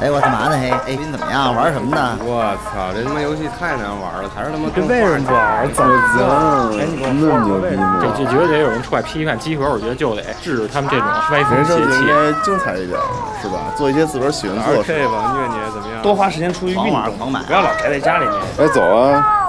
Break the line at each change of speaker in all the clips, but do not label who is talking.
哎，我干嘛呢？嘿，哎，你怎么样？玩什么呢？
我操，这他妈游戏太难玩了，还是他妈
这为什么不玩？
哎
怎么
操，那么牛逼吗？
这就觉得得有人出来批判集合，我觉得就得制止他们这种
啊
歪风
人生
邪
就应
气。
该精彩一点，是吧？做一些自个儿喜欢做
玩
的事。
这吧，虐你怎么样？
多花时间出去运
狂玩
动？
狂买
不要老宅在家里面。
哎，走啊！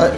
哎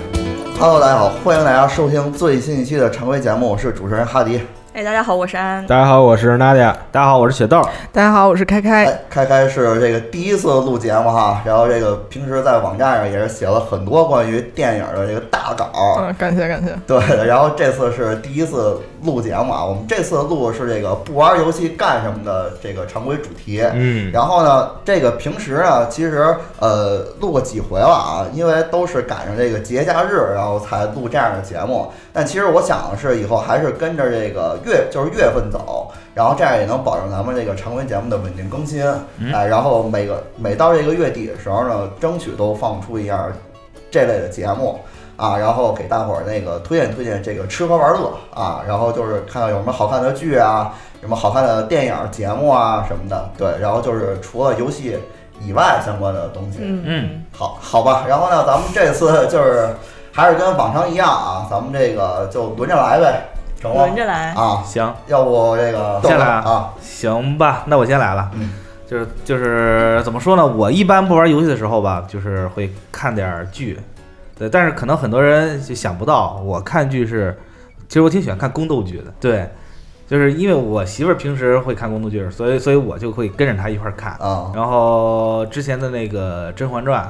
，Hello，大家好，欢迎大家收听最新一期的常规节目，我是主持人哈迪。
哎，大家好，我是安。
大家好，我是 Nadia。大家好，我是雪豆。
大家好，我是开开。
哎，开开是这个第一次录节目哈，然后这个平时在网站上也是写了很多关于电影的这个大稿，
嗯，感谢感谢。
对，然后这次是第一次录节目啊，我们这次录的是这个不玩游戏干什么的这个常规主题。
嗯，
然后呢，这个平时呢，其实呃录过几回了啊，因为都是赶上这个节假日，然后才录这样的节目。但其实我想的是，以后还是跟着这个月，就是月份走，然后这样也能保证咱们这个常规节目的稳定更新。哎，然后每个每到这个月底的时候呢，争取都放出一样这类的节目。啊，然后给大伙儿那个推荐推荐这个吃喝玩乐啊，然后就是看看有什么好看的剧啊，什么好看的电影儿、节目啊什么的，对，然后就是除了游戏以外相关的东西，
嗯
好好吧，然后呢，咱们这次就是还是跟往常一样啊，咱们这个就轮着来呗，成吗
轮？着来。
啊，
行
要不这个
先来
啊，
行吧，那我先来了。
嗯
就是就是怎么说呢？我一般不玩游戏的时候吧，就是会看点儿剧。对，但是可能很多人就想不到，我看剧是，其实我挺喜欢看宫斗剧的。对，就是因为我媳妇儿平时会看宫斗剧，所以所以我就会跟着她一块儿看。
啊，
然后之前的那个《甄嬛传》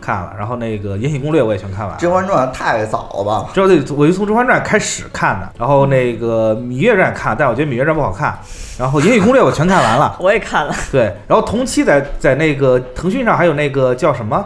看了，然后那个《延禧攻略》我也全看完
《
了。
甄嬛传》太早了吧？
之后对，我就从《甄嬛传》开始看的，然后那个《芈月传》看，但我觉得《芈月传》不好看，然后《延禧攻略》我全看完了，
我也看了，
对，然后同期在在那个腾讯上还有那个叫什么，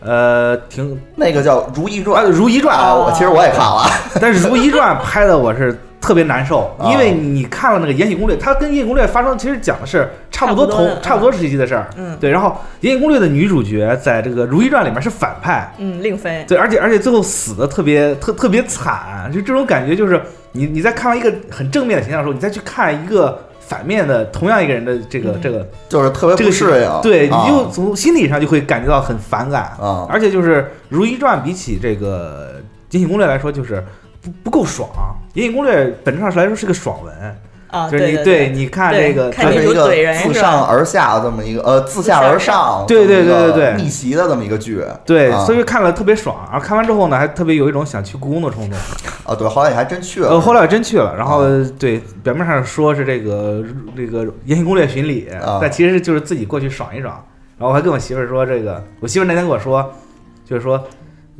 呃，挺
那个叫《如懿
啊
传
《如懿》传
啊，》，我其实我也看了，
但是《如懿传》拍的我是特别难受，
啊
因为你看了那个《延禧攻略》，它跟《延禧攻略》发生其实讲的是差不多
差不多的
同
嗯
差不多时期的事儿，
嗯
对，然后《延禧攻略》的女主角在这个《如懿传》里面是反派，
嗯，令妃。
对，而且而且最后死的特别特特别惨，就这种感觉就是你你在看完一个很正面的形象的时候，你再去看一个反面的同样一个人的这个、
嗯哦
这个
就是特别
这
不
个
适应，
对，
啊
你就从心理上就会感觉到很反感。
啊
而且就是《如懿传》比起这个《延禧攻略》来说，就是不不够爽，《延禧攻略》本质上来说是个爽文，
啊，
就是
对
你
对
你看这
对
个
看
它
你
是一
就
个
怼人
自
是
上
吧？
而下的这么一个呃自下而上，
对对
这么一个
对对对
逆袭的这么一个剧
对，
啊
所以看了特别爽。然后看完之后呢，还特别有一种想去故宫的冲动。
啊，对，后来你还真去了啊
呃，后来我真去了，然后对表面上说是这个这个《延禧攻略》巡礼
啊，
但其实就是自己过去爽一爽。然后我还跟我媳妇儿说，这个我媳妇儿那天跟我说，就是说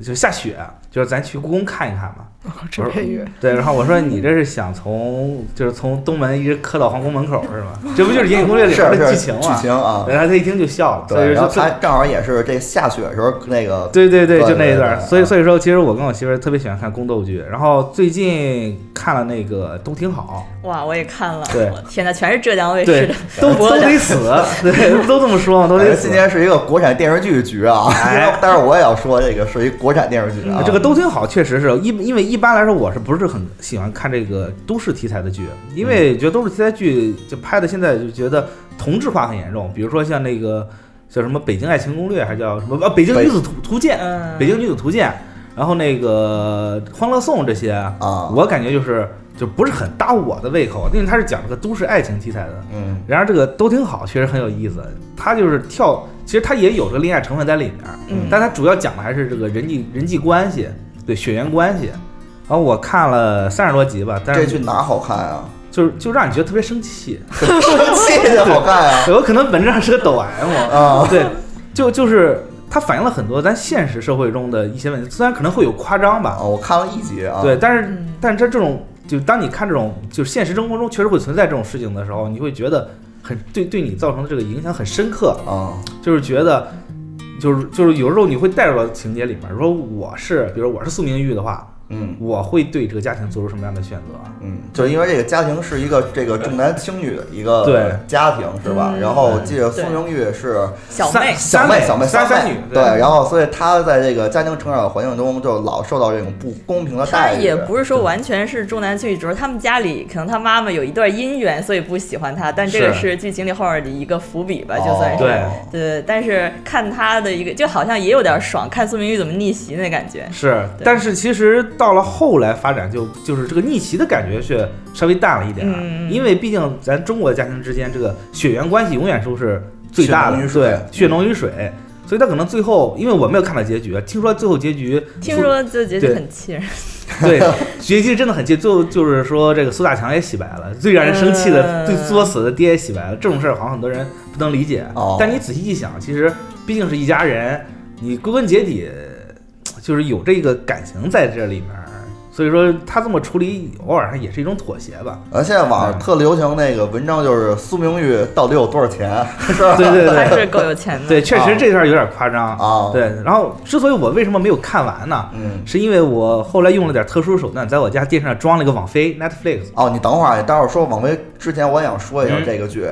就下雪，就是咱去故宫看一看嘛。
这配乐，
对，然后我说你这是想从就是从东门一直磕到皇宫门口是吗？这不就是《延禧攻略》里
是
边的
是啊
剧情
剧
吗？
情啊，
然后她一听就笑了，所以
对，然
说
后他正好也是这下雪的时候那个
对对对，
对
就那一
对
段儿。
对
所以
啊
所以说，其实我跟我媳妇儿特别喜欢看宫斗剧，然后最近看了那个都挺好。
哇，我也看了。
对
我天哪，全是浙江卫视
对
的。，
都
我
都得死，对，都这么说嘛，都
感
得
觉哎
死哎
今。天是一个国产电视剧局啊， 但是我也要说这个是一国产电视剧啊，
嗯这个都挺好，确实是因因为一般来说我是不是很喜欢看这个都市题材的剧，因为觉得都市题材剧就拍的现在就觉得同质化很严重，比如说像那个叫什么《北京爱情攻略》，还叫什么啊《北京
北
女子图图鉴》，
嗯，
《北京女子图鉴》，然后那个《欢乐颂》这些，
啊，
我感觉就是就不是很搭我的胃口，因为它是讲这个都市爱情题材的，
嗯
然而这个都挺好，确实很有意思。它就是跳，其实它也有这个恋爱成分在里面，
嗯
但它主要讲的还是这个人际人际关系，对血缘关系。然后我看了三十多集吧，但
这
是
剧哪好看 啊？
就是就让你觉得特别生气。
生气的好看啊
对我可能本质上是个抖 M，
啊
对，就就是它反映了很多咱现实社会中的一些问题，虽然可能会有夸张吧
啊，，我看了一集啊，
对，，但是
嗯
但是它这种就当你看这种就是现实生活中确实会存在这种事情的时候，你会觉得很对对你造成的这个影响很深刻，
嗯
就是觉得就是就是有时候你会带入到情节里面，如果我是比如我是苏明玉的话，
嗯
我会对这个家庭做出什么样的选择？
嗯，就是因为这个家庭是一个这个重男轻女的一个
对
家庭是吧？
嗯
然后我记得苏
对
明玉是
小
三
妹，
小妹，小妹，
三
三
三女
对，然后所以她在这个家庭成长环境中就老受到这种不公平的
她
待遇，
也不是说完全是重男轻女，只是他们家里可能她妈妈有一段姻缘，所以不喜欢她。但这个
是
是剧情里后面的一个伏笔吧，
哦
就算是。
对
对，但是看她的一个，就好像也有点爽，看苏明玉怎么逆袭那感觉。
是，
哎对
但是其实到了后来发展就，就是这个逆袭的感觉却稍微淡了一点儿，啊
嗯嗯嗯
因为毕竟咱中国的家庭之间这个血缘关系永远都是最大的，
血浓于水
对，血浓于水。所以他可能最后，因为我没有看到结局，听说最后结局，
听说就结局
对
很气人，
对结局真的很气，最后就是说这个苏大强也洗白了，最让人生气的、
嗯
最作死的爹也洗白了，这种事儿好像很多人不能理解。
哦
但你仔细一想，其实毕竟是一家人，你归根结底就是有这个感情在这里面儿，所以说他这么处理，偶尔上也是一种妥协吧。
呃，现在网上特流行那个文章，就是苏明玉到底有多少钱， 是吧？
对对
还
对
是够有钱的。
对，确实这段有点夸张。
啊，，
对，然后之所以我为什么没有看完呢？
嗯，
是因为我后来用了点特殊手段，在我家电视上装了一个网飞 Netflix。
哦，你等会儿，待会儿说网飞之前，我想说一下
嗯
这个剧，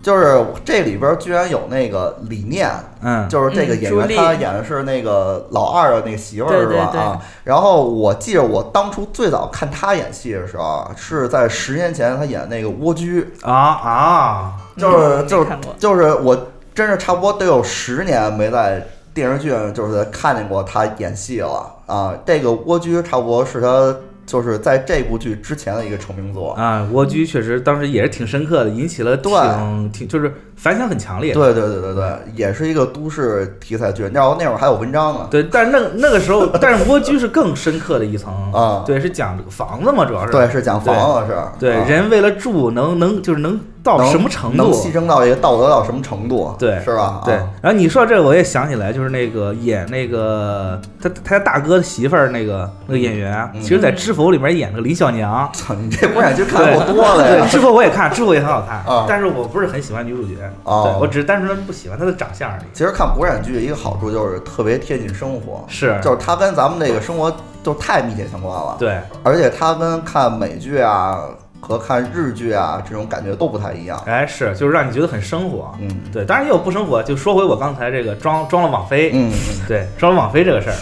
就是这里边居然有那个李念，
嗯，
就是这个演
嗯朱
员，
莉
他演的是那个老二的那个媳妇儿
对
是吧？
对
啊，然后我记得我当初最早看他演戏的时候，是在十年前，他演那个《蜗居》，
啊啊，
就是
嗯
就是
没看过
就是我真是差不多得有十年没在电视剧就是看见过他演戏了啊。这个《蜗居》差不多是他就是在这部剧之前的一个成名作。
啊，蜗居确实当时也是挺深刻的，引起了
对
挺挺就是反响很强烈。
对对对对对，也是一个都市题材剧。然后那会儿还有文章呢。
对，但是那个那个时候，但是蜗居是更深刻的一层
啊
对，是讲这个房子嘛，主要是
对，是讲房子是。
对
啊
人为了住能能就是能到
能
什么程
能
度？
牺牲到一个道德到什么程度？
对
是吧？
对
啊，
然后你说到这个，我也想起来，就是那个演那个他他大哥的媳妇儿那个那个演员，
嗯
其实在《知否》里面演了个李小娘。
操，你这国产剧看的够多了
对，
呀。
《知否》我也看，《知否》也很好看
啊，
但是我不是很喜欢女主角，
哦
对我只是单纯的不喜欢她的长相而已。
其实看国产剧一个好处就是特别贴近生活，
是，
就是它跟咱们这个生活就太密切相关了。，
对，
而且它跟看美剧啊和看日剧啊这种感觉都不太一样。
哎，是，就是让你觉得很生活。
嗯
对，当然也有不生活。就说回我刚才这个装装了网飞，
嗯嗯
对，装了网飞这个事儿，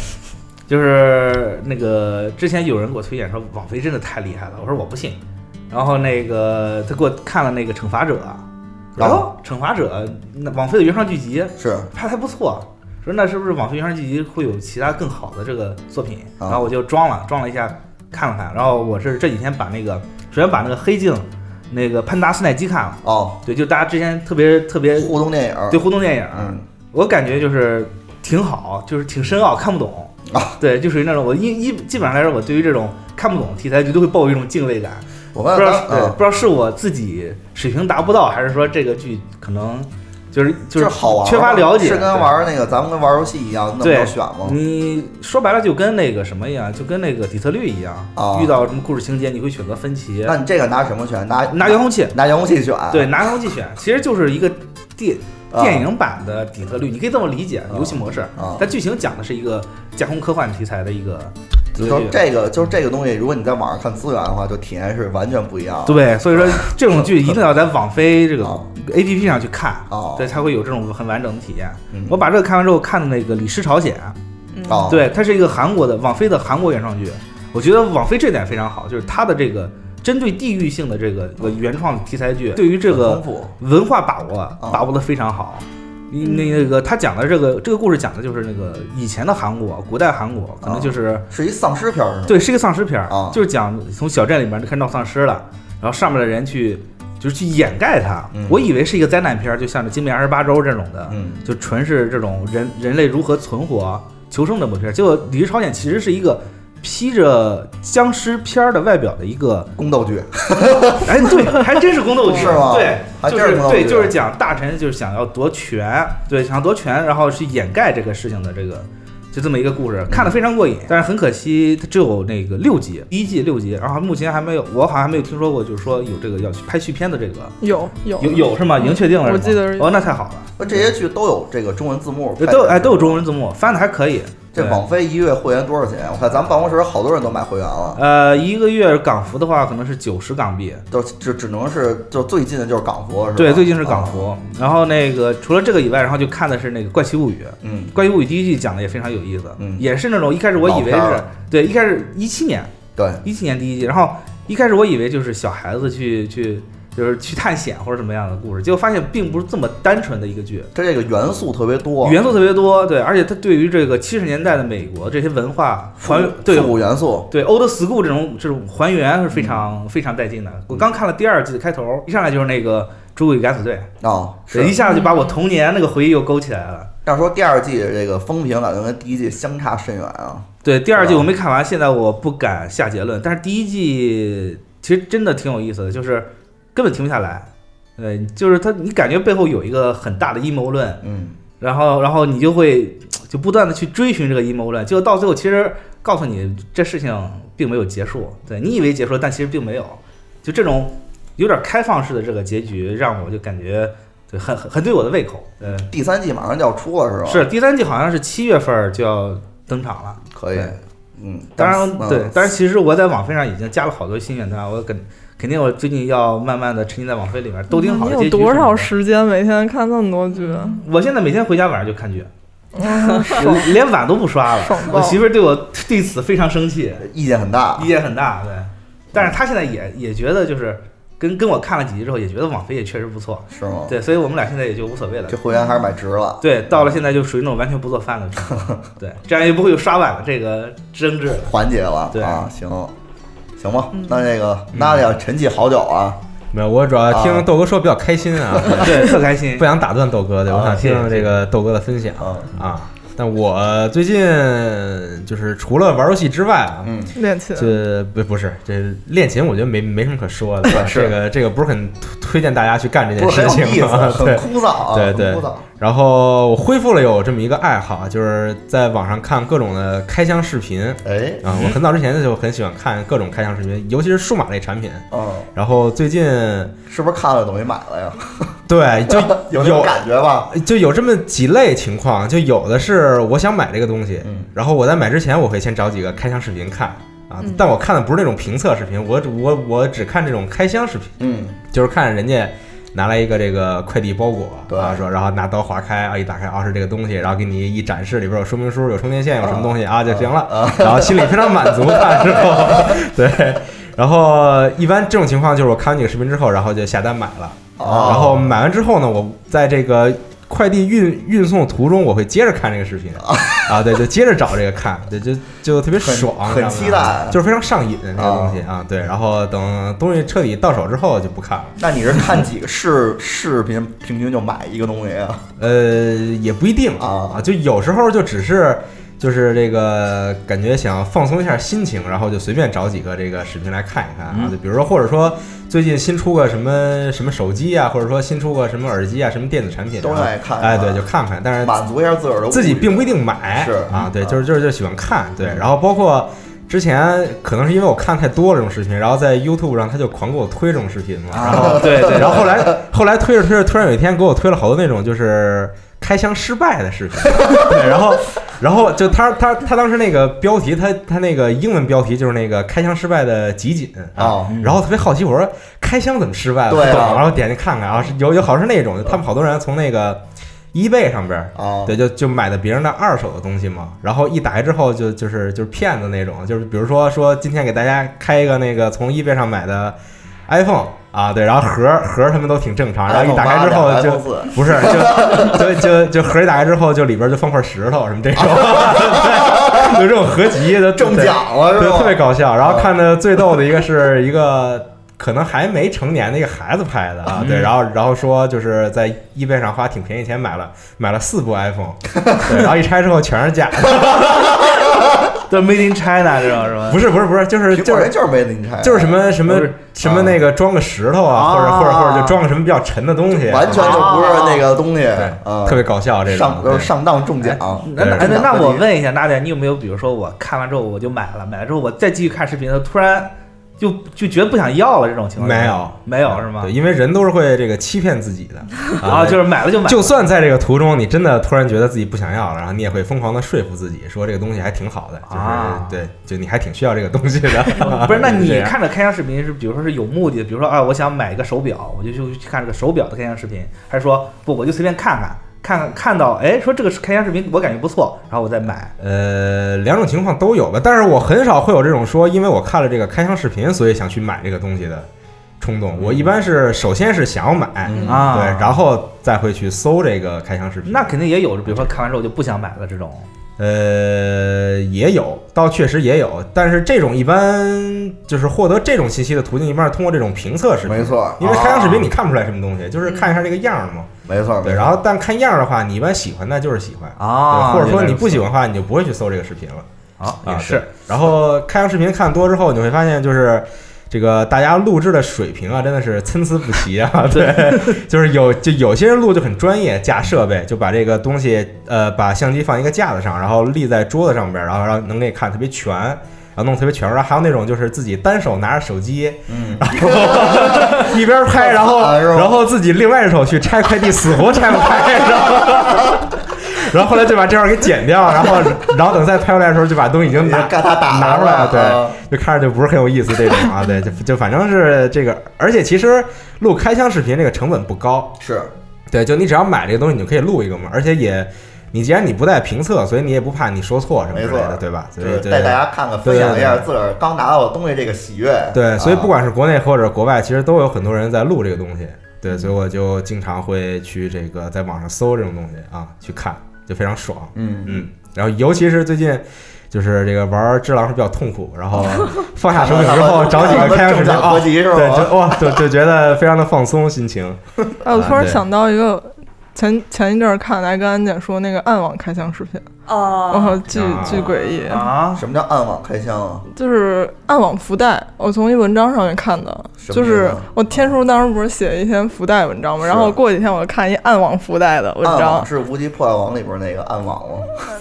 就是那个之前有人给我推荐说网飞真的太厉害了，我说我不信。然后那个他给我看了那个《惩罚者》，然后《惩罚者》那网飞的原创剧集
是
拍得还不错，说那是不是网飞原创剧集会有其他更好的这个作品？
啊
然后我就装了装了一下看了看，然后我是这几天把那个首先把那个《黑镜》那个潘达斯奈基看了，
哦，
对，就大家之前特别特别
互动电影。
对互动电影，啊
嗯，
我感觉就是挺好，就是挺深奥，看不懂
啊。
对，就属于那种我一一基本上来说，我对于这种看不懂的题材，绝对会抱有一种敬畏感。
我
不
们
知道是
刚
对，
嗯
不知道是我自己水平达不到，还是说这个剧可能就是
就
就
是
是
好玩儿，
缺乏了解，
是跟玩那个咱们跟玩游戏一样，那么
对嗯
能选吗
对。？你说白了就跟那个什么一样，就跟那个底特律一样，
啊
遇到什么故事情节，你会选择分歧，
那你啊这个拿什么选？拿
拿遥控器，
拿遥控器选。
对，拿遥控器选，其实就是一个电
啊
电影版的底特律，你可以这么理解，游戏模式。
啊，
但剧情讲的是一个架空科幻题材的一个，
就说这个就是这个东西，如果你在网上看资源的话，就体验是完全不一样的。
对，所以说这种剧一定要在网飞这个
哦
A P P 上去看，
哦，
对，才会有这种很完整的体验。
嗯
我把这个看完之后，看的那个《李氏朝鲜
嗯》，
哦，，
对，它是一个韩国的网飞的韩国原创剧，我觉得网飞这点非常好，就是它的这个针对地域性的这个呃原创题材剧，对于这个
丰富
文化把握
啊
把握的非常好。你那那个他讲的这个这个故事讲的就是那个以前的韩国，古代韩国可能就是
是一丧尸片儿是吗？
对是一个丧尸片儿
啊，
就是讲从小镇里面就开始闹丧尸了，然后上面的人去就是去掩盖它
嗯。
我以为是一个灾难片儿，就像《这《金边二十八周》这种的，
嗯
就纯是这种人人类如何存活求生的部片儿。结果《李氏朝鲜》其实是一个披着僵尸片儿的外表的一个，
宫斗剧，
哎，对，还真是宫斗剧，
是吗
对，
还
就
真是
是
宫斗
对，
剧
就是讲大臣就是想要夺权，对，想要夺权，然后去掩盖这个事情的这个。就这么一个故事，看得非常过瘾，
嗯
但是很可惜，它只有那个六集，第一季六集，然后目前还没有，我好像还没有听说过，就是说有这个要去拍续篇的这个，
有有
有有是吗？已经确定了是吗，
我记得是有
哦，那太好了，
那这些剧都有这个中文字幕，
都有哎都有中文。字幕，翻的还可以。
这
对
网飞一月会员多少钱？我看咱们办公室好多人都买会员了，
呃，一个月港服的话可能是九十港币，
都只只能是就最近的就是港服，是吧？
对，最近是港
啊，
服。然后那个除了这个以外，然后就看的是那个《怪奇物语》。
嗯
《怪奇物语》第一季讲的也非常有意思，
嗯
也是那种一开始我以为
老片儿
是
了
对，一开始一七年
对，
一七年第一季，然后一开始我以为就是小孩子去去就是去探险或者什么样的故事，结果发现并不是这么单纯的一个剧，
它这个元素特别多，
元素特别多，对，而且它对于这个七十年代的美国这些文化还原对
复古元素，
对 old school 这种这种还原是
嗯
非常、非常带劲的。我刚看了第二季的开头，一上来就是那个捉鬼敢死队，
哦，
对，一
是。
下子就把我童年那个回忆又勾起来了。
要说第二季这个风评，感觉跟第一季相差甚远啊。
对，第二季
是吧
我没看完，现在我不敢下结论。但是第一季其实真的挺有意思的，就是根本停不下来。对，就是他，你感觉背后有一个很大的阴谋论，
嗯，
然后，然后你就会就不断的去追寻这个阴谋论，结果到最后其实告诉你这事情并没有结束，对你以为结束了，但其实并没有，就这种有点开放式的这个结局，让我就感觉对很很很对我的胃口。呃，
第三季马上就要出了，是吧？
是第三季好像是七月份儿就要登场了，
可以
对。
嗯，
当
嗯
然对，但是其实我在网飞上已经加了好多新选段，我肯肯定我最近要慢慢的沉浸在网飞里面，都盯好
嗯你
结
有
局。
多少？时间每天看那么多剧？啊
我现在每天回家晚上就看剧。
嗯
我连碗都不刷了
爽。爆
我媳妇儿对我对此非常生气，
意见很大
意，见很大。对，但是她现在也也觉得就是跟跟我看了几集之后，也觉得网飞也确实不错。
是吗？
对，所以我们俩现在哦也就无所谓了
这。会员还是买值了。
对，到了现在就属于那种完全不做饭的程 度。对，这样也不会有刷碗的这个争执了。
缓解了，
对
啊，行，行吧，那这个
嗯
娜姐沉寂好久啊，
没有，我主要
啊
听豆哥说比较开心 啊，
对，特开心
不。想打断豆哥，对，我
啊
想听
谢谢
听这个豆哥的分享
啊
啊。但我最近就是除了玩游戏之外啊，
嗯，
练琴，
这不不是这练琴，我觉得没没什么可 说的，
是
这个这个不是很推推荐大家去干这件
不是
事
很有意
情
思，
啊，
很
对。
枯燥啊，
对
很
对
枯燥，
然后我恢复了有这么一个爱好，啊就是在网上看各种的开箱视频
哎，
啊。我很早之前就很喜欢看各种开箱视频，尤其是数码类产品。
嗯，
然后最近
是不是看了等于买了呀？
对就
有那种感觉吧？
就有这么几类情况，就有的是我想买这个东西，
嗯
然后我在买之前，我会先找几个开箱视频看啊
嗯，
但我看的不是那种评测视频，我只我我只看这种开箱视频，
嗯，
就是看人家拿来一个这个快递包裹，
对
啊，说然后拿刀划开啊，一打开啊是这个东西，然后给你一展示，里边有说明书，有充电线，有什么
嗯
东西啊就行了， 然后心里非常满足，看之后， 对，然后一般这种情况就是我看完几个视频之后，然后就下单买了。
哦
然后买完之后呢，我在这个快递运运送途中，我会接着看这个视频
哦
啊，对，就接着找这个看，对，就就特别
很
爽，
很
知道吗
期待哦
就是非常上瘾这个东西啊，对，然后等东西彻底到手之后就不看了，
那你是看几个视视频，平均就买一个东西啊？
呃，也不一定
啊
就有时候就只是。就是这个感觉想放松一下心情，然后就随便找几个这个视频来看一看
嗯
啊，就比如说或者说最近新出个什么什么手机啊，或者说新出个什么耳机啊，什么电子产品啊
都爱看
哎，对，
啊
就看看，但是
满足一下自个儿的物欲
自己并不一定买，
是
啊，对，
嗯
就是就是就喜欢看，对，然后包括之前可能是因为我看太多了这种视频，然后在 YouTube 上他就狂给我推这种视频嘛，然后
哦对 对，
然后 后来后来推着推着，突然有一天给我推了好多那种就是开箱失败的视频，对，然后然后就他他他当时那个标题，他他那个英文标题就是那个开箱失败的集锦啊，
啊，
然后特别好奇，我说开箱怎么失败了？
对啊
不懂，然后点进去看看啊，是有有好像是那种，他们好多人从那个 eBay 上边儿
啊，
对，就就买的别人的二手的东西嘛，然后一打开之后就就是就是骗子那种，就是比如说说今天给大家开一个那个从 eBay 上买的 iPhone 啊，对，然后盒儿盒儿他们都挺正常，然后一打开之后就
iPhone 8
不是就就就就盒儿一打开之后就里边就放块石头什么这种， 对就这种合集的
中奖了是
对，
吧？啊
特别搞笑。然后看的最逗的一个是一个可能还没成年的一个孩子拍的
嗯
啊，对，然后然后说就是在 eBay 上花挺便宜 钱买了买了四部 iPhone，对，然后一拆之后全是假的。
都是 Made in China 这种是吧？
不是不是不是，就是
苹
就
果
哎
是
人就是没灵差
就是什么什么
啊
不是
什么那个装个石头
啊
啊，或者或者或者就装个什么比较沉的东西，
完全就不是那个东西，
啊对，特别搞笑这
上
种。
就是
对
上当中奖。
哎
那哎那
中奖
那那
问
我
题
问一下娜姐，你有没有比如说我看完之后我就买了，买了之后我再继续看视频，突然就就觉得不想要了这种情况下？
没有
没有是吗？
对，因为人都是会这个欺骗自 己的
啊就是买了就买了
就算在这个途中，你真的突然觉得自己不想要了，然后你也会疯狂的说服自己，说这个东西还挺好的，就是、
啊
对，就你还挺需要这个东西的。
不是，那你看
看
着开箱视频是，比如说是有目的的，比如说啊，我想买一个手表，我就去去看这个手表的开箱视频，还是说不，我就随便看看，看看看到，哎，说这个开箱视频我感觉不错，然后我再买。
呃，两种情况都有吧，但是我很少会有这种说，因为我看了这个开箱视频，所以想去买这个东西的冲动。我一般是首先是想要买
嗯啊
对，然后再会去搜这个开箱视频。
那肯定也有，比如说看完之后就不想买了这种。
呃，也有，倒确实也有，但是这种一般就是获得这种信息的途径，一般是通过这种评测视频。没错，因为开箱
哦
视频你看不出来什么东西，就是看一下这个样儿嘛。
啊没错，
嗯
对，然后但看样儿的话，你一般喜欢的就是喜欢对
啊
或者
原
说
来
你
如此
不喜欢的话，你就不会去搜这个视频了。
啊
啊
也是
对然后开箱视频看多之后，你会发现就是。这个大家录制的水平啊，真的是参差不齐啊。对， 就是有就有些人录就很专业，架设备就把这个东西，呃，把相机放一个架子上，然后立在桌子上边儿，然后让能给你看特别全，然后弄特别全。然后还有那种就是自己单手拿着手机，
嗯，
然后 一边拍，然后然后自己另外一手去拆快递，死活拆不开， 然后。然后后来就把这块儿给 剪掉，然后然后等再拍回来的时候，就把东西已经拿
嘎哒打
拿出来
了啊
了，对，就看着就不是很有意思这种啊，对，就就反正是这个，而且其实录开箱视频这个成本不高，
是
对，就你只要买这个东西，你就可以录一个嘛，而且也。你既然你不带评测，所以你也不怕你说错什么之类
没
的，
错
对吧？所
就
以
是
对
带大家看看，分
对
享一下
对
自个儿刚拿到的东西这个喜悦。
对，所以
啊
不管是国内或者国外，其实都有很多人在录这个东西。
嗯
对，所以我就经常会去这个在网上搜这种东西啊，去看，就非常爽。
嗯
嗯，然后尤其是最近。就是这个玩只狼是比较痛苦，然后放下手柄之后找几个开箱视频
正
啊
常 合集是吧
对，就哇，就就觉得非常的放松心情。
哎，我突
啊
然
对
想到一个，前前一阵儿看来跟安姐说那个暗网开箱视频，
嗯
哦
然后巨巨诡异，
啊！
什么叫暗网开箱啊？
就是暗网福袋，我从一文章上面看的，
什么
就
意思啊
是我天叔当时不是写了一篇福袋文章嘛，然后过几天我看一暗网福袋的文
暗
章
网，是《无极破坏王》里边那个暗网 吗？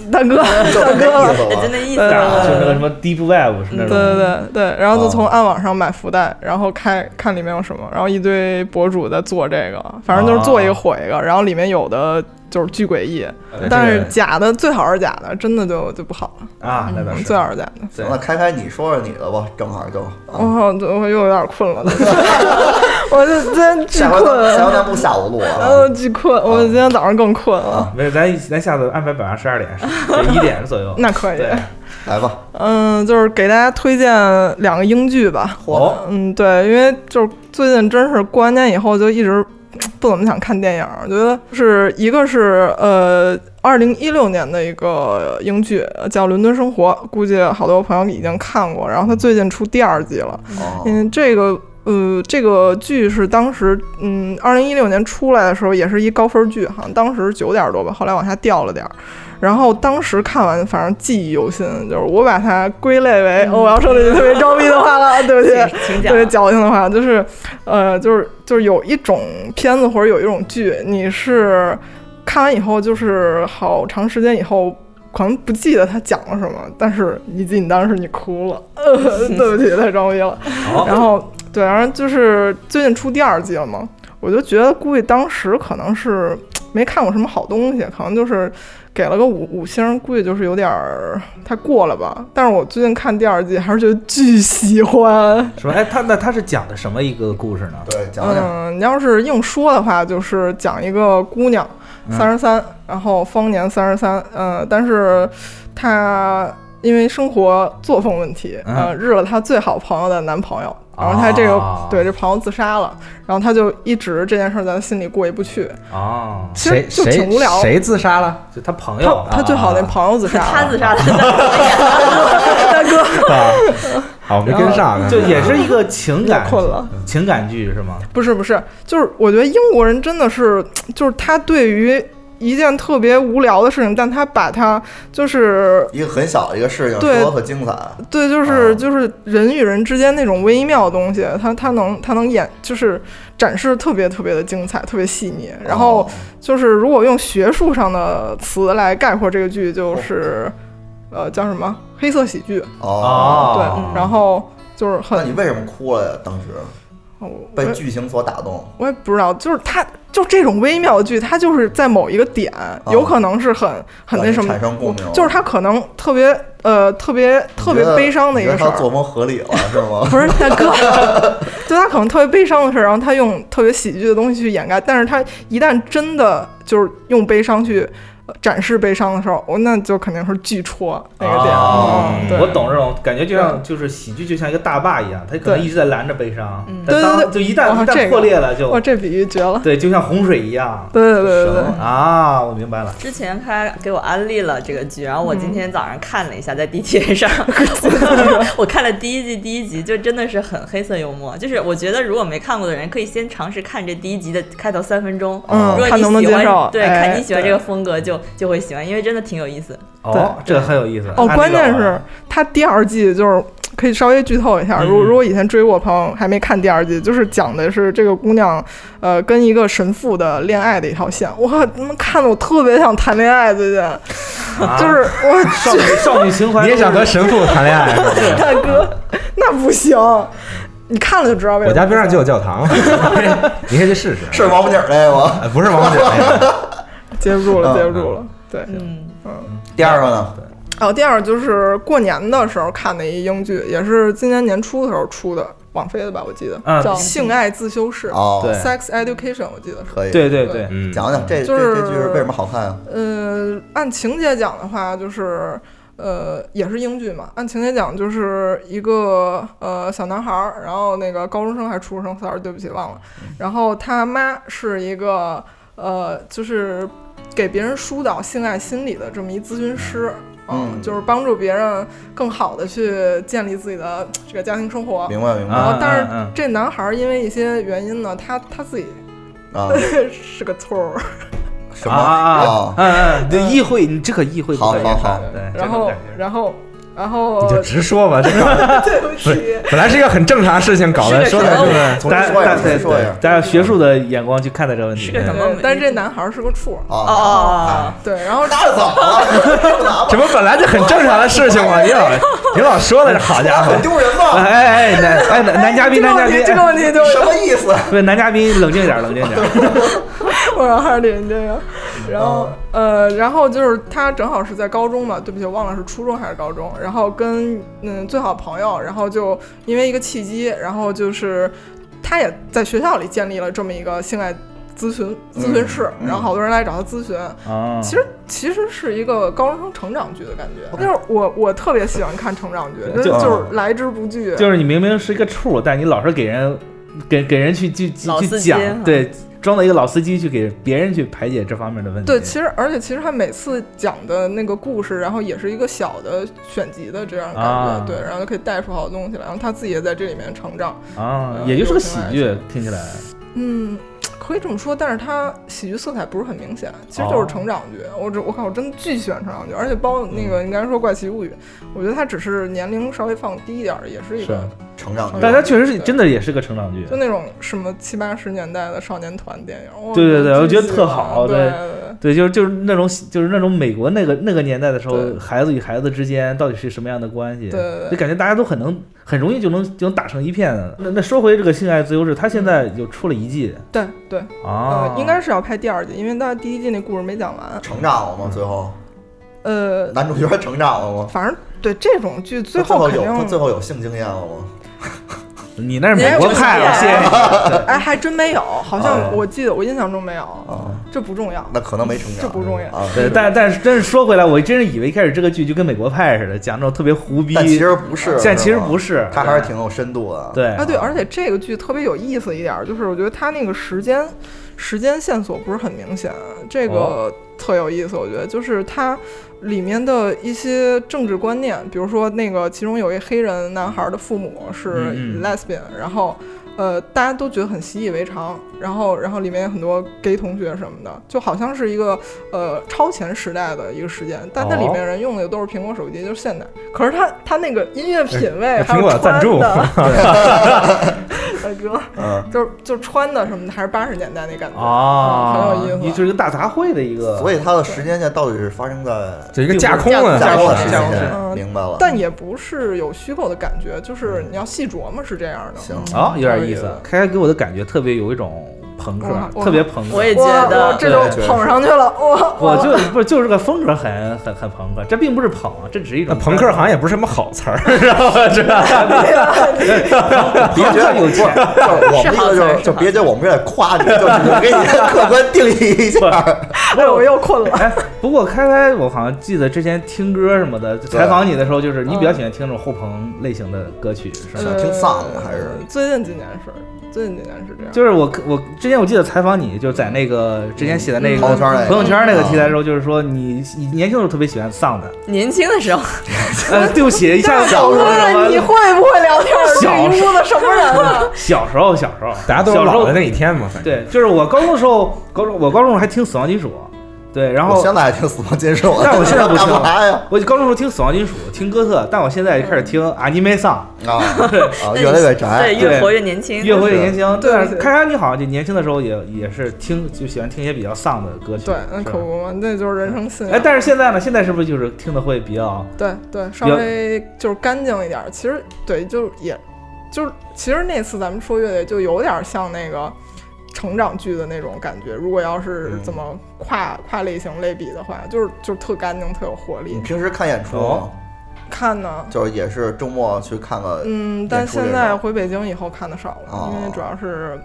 大哥，大哥，哎真的意思
啊
嗯
就那个什么 Deep Web 是那种。
对对对对，然后就从暗网上买福袋，然后开看里面有什么，然后一堆博主在做这个，反正就是做一个火一个，然后里面有的就是巨诡异
对，
但
这
是
个
假的最好是假的，真的就就不好了
啊
那倒是
最好是假的。
行了，开开你说说你的吧，正好就啊
我靠，我又有点困了， 我就真巨
下回咱
困，
下回咱不下午录
然
啊。
后巨困，我今天早上更困了。
没事，咱咱下次安排晚上十二点， 一点左右。
那可以
对
来吧，
嗯，就是给大家推荐两个英剧吧。
哦
嗯，对，因为就是最近真是过完年以后就一直不怎么想看电影儿，觉得是一个是呃二零一六年的一个英剧呃叫《伦敦生活》，估计好多朋友已经看过，然后它最近出第二季了。
哦
嗯，这个。呃，这个剧是当时，嗯，二零一六年出来的时候，也是一高分剧，好像当时九点多吧，后来往下掉了点儿。然后当时看完，反正记忆犹新，就是我把它归类为，哦我要说那句特别装逼的话了，嗯对不起，
请讲
特别矫情的话，就是，呃，就是就是有一种片子或者有一种剧，你是看完以后，就是好长时间以后。可能不记得他讲了什么，但是你记得你当时你哭了，呃对不起，太装逼了。然后对，然后就是最近出第二季了嘛，我就觉得估计当时可能是没看过什么好东西，可能就是给了个五五星，估计就是有点儿太过了吧。但是我最近看第二季还是觉得巨喜欢，
什么？哎，他那他是讲的什么一个故事呢？
对，
嗯，你要是硬说的话，就是讲一个姑娘，
嗯
三十三，然后方年三十三，呃，但是她因为生活作风问题，
嗯
呃，日了她最好朋友的男朋友。然后她这个、
啊
对这朋友自杀了，然后她就一直这件事儿在她心里过意不去。
哦，
其实就挺无聊
谁自杀了？
就他朋
哎
友
啊
啊
她，她最好那朋友自杀了，她自
杀了，
大哥，
啊，我没跟上呢，
就也是一个情感
困了
情感剧是吗？
不是不是，就是我觉得英国人真的是，就是他对于一件特别无聊的事情，但他把它就是
一个很小的一个事情，
对
说得特精彩。
对，
啊
就是就是人与人之间那种微妙的东西，他他能他能演，就是展示特别特别的精彩，特别细腻。然
哦
后就是如果用学术上的词来概括这个剧，就是呃叫什么黑色喜剧。
啊
哦
对，嗯然后就是很。
那你为什么哭了呀？当时
我
被
我
剧情所打动。
我也不知道，就是它，就这种微妙的剧，它就是在某一个点，有可能是很很那什么，
哦产生共鸣
就是它可能特别呃特别特别悲伤的一个
你
事
觉得
儿
他，做梦合理了是吗？
不是大哥，就他可能特别悲伤的事儿，然后他用特别喜剧的东西去掩盖，但是他一旦真的就是用悲伤去呃展示悲伤的时候，我哦那就肯定是巨戳那个
哦
点。嗯对
我懂这种感觉，就像就是喜剧，就像一个大坝一样，它可能
对
一直在拦着悲伤，但
对
当
对对，
就一旦
哇
一旦
这个
破裂了就
哇，这比喻绝了。
对，就像洪水一样。
对对对对对。
啊，我明白了。
之前他给我安利了这个剧，然后我今天早上看了一下，在地铁 上，我看了第一季第一集，就真的是很黑色幽默。就是我觉得如果没看过的人，可以先尝试看这第一集的开头三分钟，
嗯
如果你喜欢，
看能不能接受
对，
哎
看你喜欢
对
这个风格就就会喜欢，因为真的挺有意思。
哦，这个很有意思。
哦，
安利
关键
到我了
是它第二季就是可以稍微剧透一下，如
嗯嗯
如果以前追过的朋友还没看第二季，就是讲的是这个姑娘，呃，跟一个神父的恋爱的一条线。我靠，他妈看的我特别想谈恋爱，最近、就是 我
啊少女少女情怀，
你也想和神父谈恋爱？
大哥，那不行，你看了就知道为
我
什
家
么。
边上就有教 堂，你可以去试试。
是王八井那个吗？
呃不是王八井 那个，
接不住
嗯
了，接不住了，对。
嗯
第二个呢？
哦，第二就是过年的时候看的一英剧，也是今年年初的时候出的，网飞的吧，我记得、
嗯
叫《性爱自修室》
哦对
s e x Education》，我记得是。
可以。
对对对嗯
讲讲这这
就是
这剧是为什么好看啊？
呃，按情节讲的话，就是呃，也是英剧嘛。按情节讲，就是一个呃小男孩儿，然后那个高中生还初中生，sorry，对不起，忘了。然后他妈是一个呃，就是给别人疏导性爱心理的这么一咨询师。啊
嗯
就是帮助别人更好的去建立自己的这个家庭生活。
明白明白
啊
然后
嗯，
但是
嗯嗯
这男孩儿因为一些原因呢，他他自己
啊
是个错儿。
什
啊啊
啊
啊！嗯嗯，对，议会，你这个议会不可以
好好啊好
对，啊这
然
种
后
感觉，
然后，然后
你就直说吧，这个
对不
不
起
是，本来是一个很正常的事情，搞得说的这么
从
大
这说一
家
下
对
从这说一
对
下，
大家学术的眼光去看待这个问题。嗯
对但是这男孩儿是个处儿。
哦
哦，对，然后
那怎么了？
这不本来就很正常的事情吗？你老你老说了，好家伙，
很丢人 吧？
哎哎哎，男哎男男嘉宾，
这个
男
问
嘉宾，哎
题这个问题就
什么意思？
不是男嘉宾，冷静点，冷静点。
我让哈林这个，然后
哦
呃，然后就是他正好是在高中嘛，对不起，我忘了是初中还是高中，然后跟嗯最好的朋友，然后就因为一个契机，然后就是他也在学校里建立了这么一个性爱咨询咨询室，
嗯嗯
然后好多人来找他咨询，
啊
其实其实是一个高中生成长剧的感觉，就是我我特别喜欢看成长剧，真的
就
就是来之不拒，
就是你明明是一个处，但你老是给人给给人去去去
老司
去
机
讲
哈，
对，装到一个老司机去给别人去排解这方面的问题。
对，其实而且其实他每次讲的那个故事，然后也是一个小的选集的这样的感觉，
啊
对，然后就可以带出好东西来，然后他自己也在这里面成长，
啊，
嗯
也就是个喜，
有
剧，听起来
嗯，可以这么说，但是他喜剧色彩不是很明显，其实就是成长剧。
啊
我这我靠，我真的巨喜欢成长剧，而且包括那个、你刚才说《怪奇物语》，我觉得他只是年龄稍微放低一点儿，也是一
是
个。
成长剧，
但它确实是真的也是个成长剧。
就那种什么七八十年代的少年团电影，哇
对对对，
真
我觉得
喜
特
欢
好，
对
对，就是就是那种就是那种美国那个那个年代的时候，孩子与孩子之间到底是什么样的关系？
对对对
就感觉大家都很能很容易就能就能打成一片。那那说回这个性爱自由式，它现在就出了一季
对对，
啊
呃，，应该是要拍第二季，因为他第一季那故事没讲完。
成长了吗？最后
呃，
男主角成长了吗？
反正对这种剧最
他最
后
后
肯
有他
定
最后有性经验了吗？
你那是美国派了，谢谢你。
哎，还真没有，好
啊
像我记得我印象中没有，这不重要，
那可能没成
啊这
长。
不重要。
啊，
对，但但是真是说回来，我真是以为一开始这个剧就跟美国派似的，讲那种特别胡逼，
但其实不是，
但其实
吧
不是，
他还是挺有深度的。
对
啊，对，而且这个剧特别有意思一点儿，就是我觉得它那个时间时间线索不是很明显，这个
哦
特有意思。我觉得就是它里面的一些政治观念，比如说那个其中有一黑人男孩的父母是
嗯嗯
lesbian，、然后呃，大家都觉得很习以为常，然后然后里面有很多 gay 同学什么的，就好像是一个呃超前时代的一个事件，但那里
哦
面人用的都是苹果手机，就是现代。可是他他那个音乐品味，
哎
还
苹
有
果有赞
穿
助
的，大哥，
嗯，
就是就穿的什么的，还是八十年代那感觉，
啊，
很有意
你
思。
就是一个大杂烩的一个，
所以它的时间线到底是发生在
这一个架空啊
架空的
架
时间
空架
线，
空
明白了。
嗯但也不是有虚构的感觉，就是你要细琢磨是这样的。嗯
行
嗯啊，有点意思。开开给我的感觉特别有一种朋克
哇，哇
特别朋克。
我也觉
哇
得
哇这就捧上去了，哇！
我
哇
就不是就是个风格很很很朋克，这并不是捧，这只是一
那
种
朋克好像也不是什么好词儿，
是吧？
别觉得
有
不是，就
钱
是我们
是
意
好
思
词
就
儿
是，
是
就
好
别觉得我们是在夸你，就是 我给你客观定义一下。
哎我又困了。
哎，不过开开，我好像记得之前听歌什么的，采访你的时候，就是你比较喜欢听这种后朋类型的歌曲，是吗？
想听丧的还是
呃最近几年是，最近几年是这样。
就是我我之前我记得采访你，就是在那个之前写的那个
朋友圈那个
朋友圈
哦
那个题材的时候，就是说你你年轻的时候特别喜欢丧的，
年轻的时候，
哦
呃，对不起，一下子想
小哥
出来
儿，哎你
什么
会不会聊天儿？这
小
一屋子什么人啊？
小时候小时候，
大家都有
小时
老
候
的那一天嘛，反正。
对，就是我高中的时候，高中我高中的时候还听死亡金属，对，然
我
后
现在还听死亡金属，
但我现在不 听
干嘛呀？
我高中时候听死亡金属，听哥特，但我现在开始听
嗯
阿尼梅丧。
啊 啊，
那
越
你
来越宅
对，。越活越年轻，
越活越年轻。
对
但是
对
开开你好像就年轻的时候也也是听就喜欢听一些比较丧的歌曲。
对，那
是吧
可不嘛，那就是人生信
哎，
仰。
但是现在呢？现在是不是就是听的会比较
对对，稍
有
微就是干净一点儿。其实对，就也，就是其实那次咱们说乐队就有点像那个成长剧的那种感觉。如果要是
嗯
怎么跨跨类型类比的话，就是就是特干净，特有活
你
力。
平时看演出吗
哦？
看呢，
就是也是周末去看个，
嗯，但
演出这
现
种
在回北京以后看的少了，因
哦
为主要是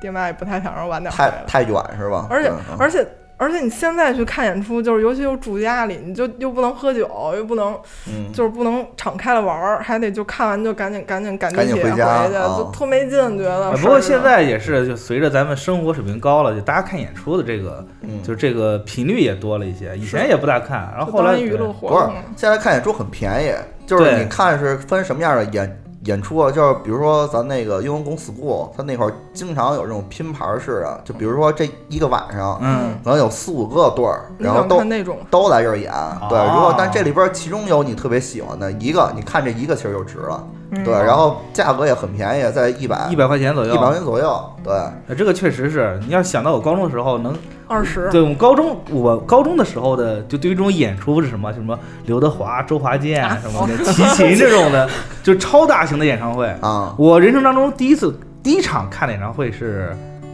爹妈也不太想让晚点儿回
太
来。
太远是吧？
而且
嗯嗯
而且而且你现在去看演出，就是尤其又住家里，你就又不能喝酒，又不能
嗯，
就是不能敞开了玩儿，还得就看完就赶紧赶紧赶地
赶紧
铁
回
回
家
去，
啊
就特没劲，觉得
哎。
是
不过现在也是，就随着咱们生活水平高了，就大家看演出的这个，
嗯
就是这个频率也多了一些。以前也不大看，然后
啊就
后来
当娱乐
不
活
是
动了，
现在看演出很便宜，就是
对
你看是分什么样的演演出啊？就是比如说咱那个英文拱 school，它那会儿经常有这种拼盘式的，就比如说这一个晚上，
嗯，
可能有四五个队儿，
你
然后
想
都
看那种
都来这儿演。
哦
对，如果但这里边儿其中有你特别喜欢的一个，你看这一个其实就值了。
嗯
对，然后价格也很便宜，在一百
一百块钱左右，
一百元左右。对，
呃这个确实是。你要想到我高中的时候能
二十，
嗯对我们高中，我高中的时候的，就对于这种演出是什么，什么刘德华、周华健啊什么的，齐秦这种的，就超大型的演唱会。
啊
我人生当中第一次第一场看的演唱会是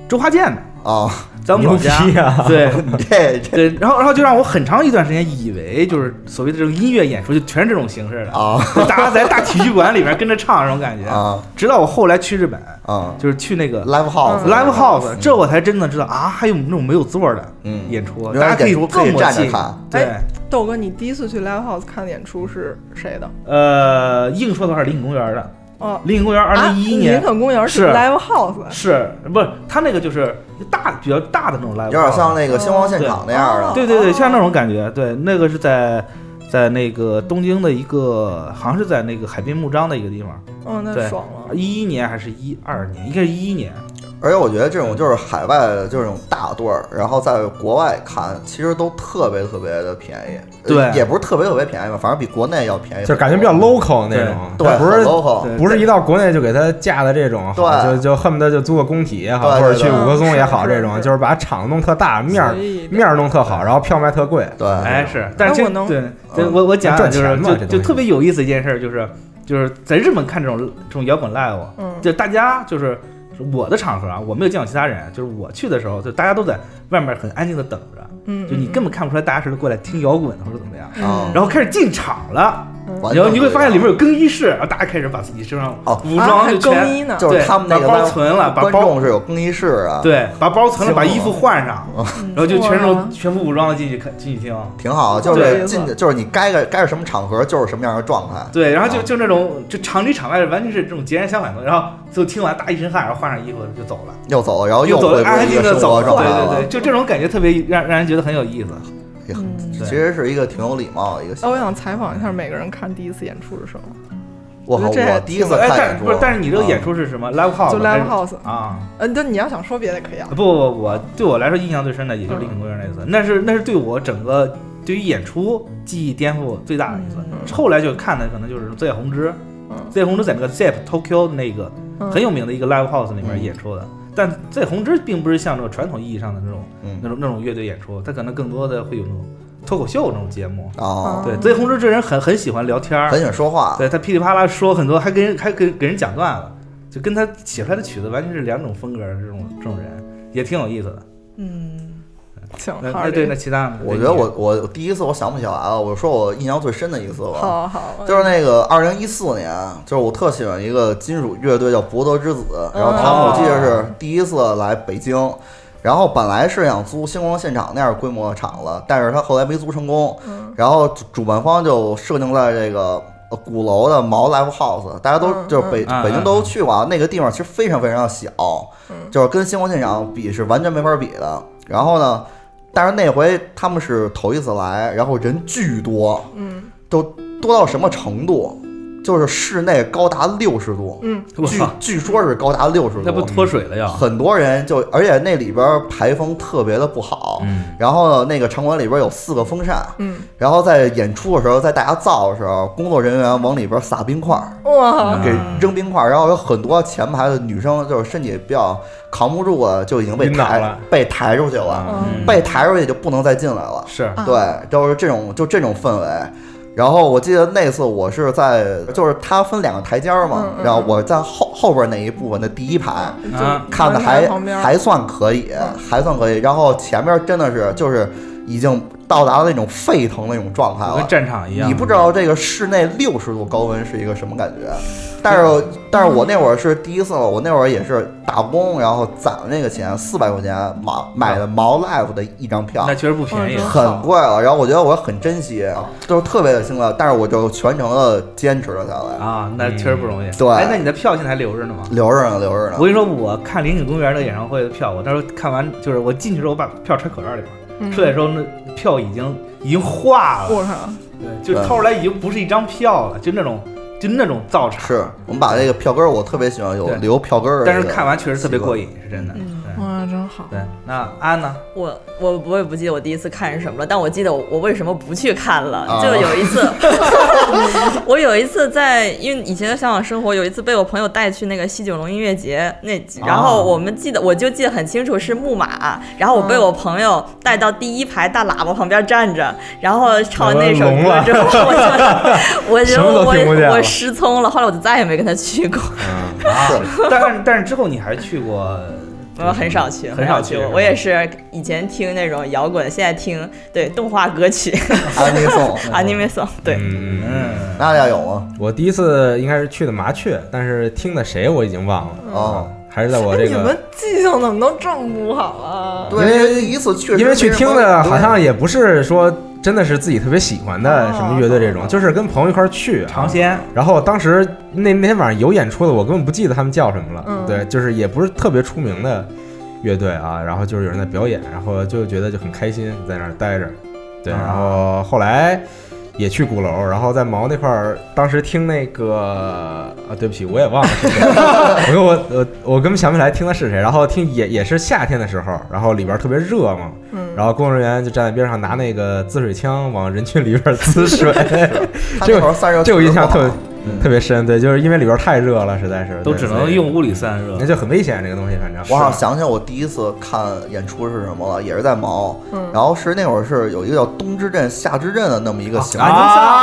周华健的，
啊，
咱们老家
牛逼啊
对。
你这这
对，然后然后就让我很长一段时间以为就是所谓的这种音乐演出就全是这种形式 的，
啊
就大家在大体育馆里面跟着唱这种感觉。
啊
直到我后来去日本，
啊
就是去那个
，live house
嗯 live house，这我才真的知道啊，还有那种没有座儿的
嗯
演出，啊
原
大
来
家可以
演出可
更
以
默
站着
契
看。
对
哎，豆哥，你第一次去 live house 看的演出是谁的？
呃，硬说的话是林肯公园的，
哦，
林肯公园二零一一
啊
年
林肯公园
是
live house，
是不是他那个就是一个大比较大的那种 live，
有点像那个
嗯
星光现场那样的。
对对哦对，像那种感觉，对，那个是在。在那个东京的一个，好像是在那个海滨木张的一个地方，
嗯，那
对哎
爽了。
一一年还是一二年，应该是一一年。
而且我觉得这种就是海外的这种大队儿，然后在国外看，其实都特别特别的便宜。呃
对
也不是特别特别便宜吧，反正比国内要便宜很多。
就是感觉比较 local 那种，
对，
它不
很
是
local。
对
不是一到国内就给它架的这种，
对
就就恨不得就租个工体也好，
对
或
对
者去
对
五棵松也好，
是
这种
是
就是把场弄特大，面儿
随意一点
面儿弄特好，然后票卖特贵。
对，
哎，是，但是
哎
这
我能
对，对我我讲讲
赚
就
钱
是
嘛
就
这东西
就特别有意思一件事儿，就是就是在日本看这种这种摇滚 live，
嗯，
就大家就是我的场合啊，我没有见过其他人，就是我去的时候，就大家都在外面很安静的等着，
嗯，
就你
嗯
根本看不出来大家是过来听摇滚的或者怎么样。
啊
嗯，
然后开始进场了，
完全
然后你会发现里面
不一样
有更衣室，然后大家开始把自己身上
哦
武
啊
装
还
就
更
全
衣呢，
就是他们那个
对把包
live-
存了把包
观众是有更衣室啊，，
对，把包存了，把衣服换上，
嗯
然后就全
哇
都全副武装的进去看进去听。
挺好。就
对
是进，就是你该个该是什么场合，就是什么样的状态。
对，然后
啊
就就那种就场里场外完全是这种截然相反的，然后就听完大一身汗，然后换上衣服就走了，
又走了，然后哦又
走
回
了，安
归
安
一
静
个
静
生活
走，
状态
对对
了
对，。就这种感觉特别让让人觉得很有意思。
也很
嗯
其实是一个挺有礼貌的一个行
哦
哎，我
为。
想采访一下每个人看第一次演出是什么？
我靠，
觉得这
我第一次看
哎，但
演
是
出，
不是，但是你这个
啊
演出是什么？live house
就
还是
live house
啊。
嗯，但你要想说别的也可以啊
不。不不，我对我来说印象最深的
嗯
也就是《林肯公园》那一次，那是那是对我整个对于演出记忆颠覆最大的一次。
嗯
后来就看的可能就是《醉眼红之》，《醉眼红之》在那个 ZEP Tokyo 那个
嗯
嗯很有名的一个 live house 里
嗯
面演出的。但《醉眼红之》并不是像这种传统意义上的那种
嗯
那种那种乐队演出，它可能更多的会有那种脱口秀那种节目。
哦
对，《醉眼红之》这人很很喜欢聊天儿，
很喜欢说话，
对他噼里啪啦说很多，还跟人还给给人讲段子，就跟他写出来的曲子完全是两种风格的这种这种人，也挺有意思的。
嗯，行，
那
好
那哎对那其他呢？
我觉得我我第一次我想不起来了，我说我印象最深的一次吧，
好好，
就是那个二零一四年，就是我特喜欢一个金属乐队叫博德之子，然后他们
哦
我记得是第一次来北京，然后本来是想租星光现场那样规模的场子，但是他后来没租成功，
嗯
然后主主办方就设定在这个。呃鼓楼的毛 live house，大家都就是北
嗯
北京都去过啊，那个地方其实非常非常的小，
嗯
就是跟星光现场比是完全没法比的。然后呢，但是那回他们是头一次来，然后人巨多，
嗯
都多到什么程度？就是室内高达六十度，
嗯，
我
据
操
据说是高达六十度，嗯
那不脱水啊了要嗯
很多人就，而且那里边排风特别的不好，
嗯，
然后呢，那个场馆里边有四个风扇，
嗯，
然后在演出的时候，在大家造的时候，工作人员往里边撒冰块儿，
嗯
嗯
哇，
给扔冰块儿，然后有很多前排的女生就是身体比较扛不住了，就已经被
晕倒
抬
了
被抬出去
啊
了，被抬出去就不能再进来了。
嗯是
嗯
对，就是这种就这种氛围。然后我记得那次我是在，就是它分两个台阶儿嘛，
嗯嗯
然后我在后后边那一部分的第一排，
就
看的
门台
还
旁边嗯
还算可以，还算可以。然后前面真的是就是已经到达了那种沸腾那种状态
就
了
跟，战场一样，
啊
嗯
你不知道这个室内六十度高温是一个什么感觉，但
嗯
是但是我那会儿是第一次，我那会儿也是打工，然后攒了那个钱四百块钱买买的毛 live 的一张票
那，确实不便宜，
很贵了。然后我觉得我很珍惜，就是特别的兴奋，但是我就全程的坚持了下来，
啊，那确实不容易。
嗯对
哎，那你的票现在还留着呢吗？
留着呢，留着呢
我。跟你说，我看林肯公园的演唱会的票，我那时候看完就是我进去的时候，我把票揣口袋里边
嗯
儿，出来的时候那票已经已经化了，
我靠，
就
嗯
掏出来已经不是一张票了，就那种就那种造场。
是我们把这个票根儿，我特别喜欢有
对
留票根儿的这
但
个习惯，
是看完确实特别过瘾，是真的。对
哇，真好，
对，那安 呢？
我我我也不记得我第一次看是什么了，但我记得我我为什么不去看了
啊。
就有一次， 我有一次在因为以前的香港生活，有一次被我朋友带去那个西九龙音乐节那，然后
啊
我们记得我就记得很清楚是木马，然后我被我朋友带到第一排大喇叭旁边站着，然后唱完那首
聋
歌
了
之 后，我就
什么
我
都听不见了
我我失聪了，后来我就再也没跟他去过。
啊但是但是之后你还去过，
我很少去，
很少去
我我也是以前听那种摇滚，现在听对动画歌曲
安妮颂，
anime song。对，
嗯，
嗯，
那家有吗？
我第一次应该是去的麻雀，但是听的谁我已经忘了，
哦，
还是在我
哎
这
你们
个，
记性怎么都这么不好啊？
对，因为一次去，
因为去听的好像也不是说真的是自己特别喜欢
哦
的什么乐队这种，就是跟朋友一块儿去啊
尝
嗯
鲜
然后当时那那天晚上有演出的，我根本不记得他们叫什么了。
嗯
对，就是也不是特别出名的乐队啊，然后就是有人在表演，然后就觉得就很开心，在那儿待着。对，
啊
然后后来也去鼓楼，然后在毛那块儿，当时听那个啊，对不起，我也忘了是谁，我跟我我我根本想不起来听的是谁。然后听也也是夏天的时候，然后里边儿特别热嘛，
嗯，
然后工作人员就站在边上拿那个滋水枪往人群里边儿滋水。
这个散热
这我印象特别
嗯
特别深，对，就是因为里边太热了，实在是
都
对
只
所
能
以
用物理散热
那。就很危险这个东西，反正
我好像想起我第一次看演出是什么了，也是在毛，然后是那会儿是有一个叫东之镇、夏之镇的那么一个形式，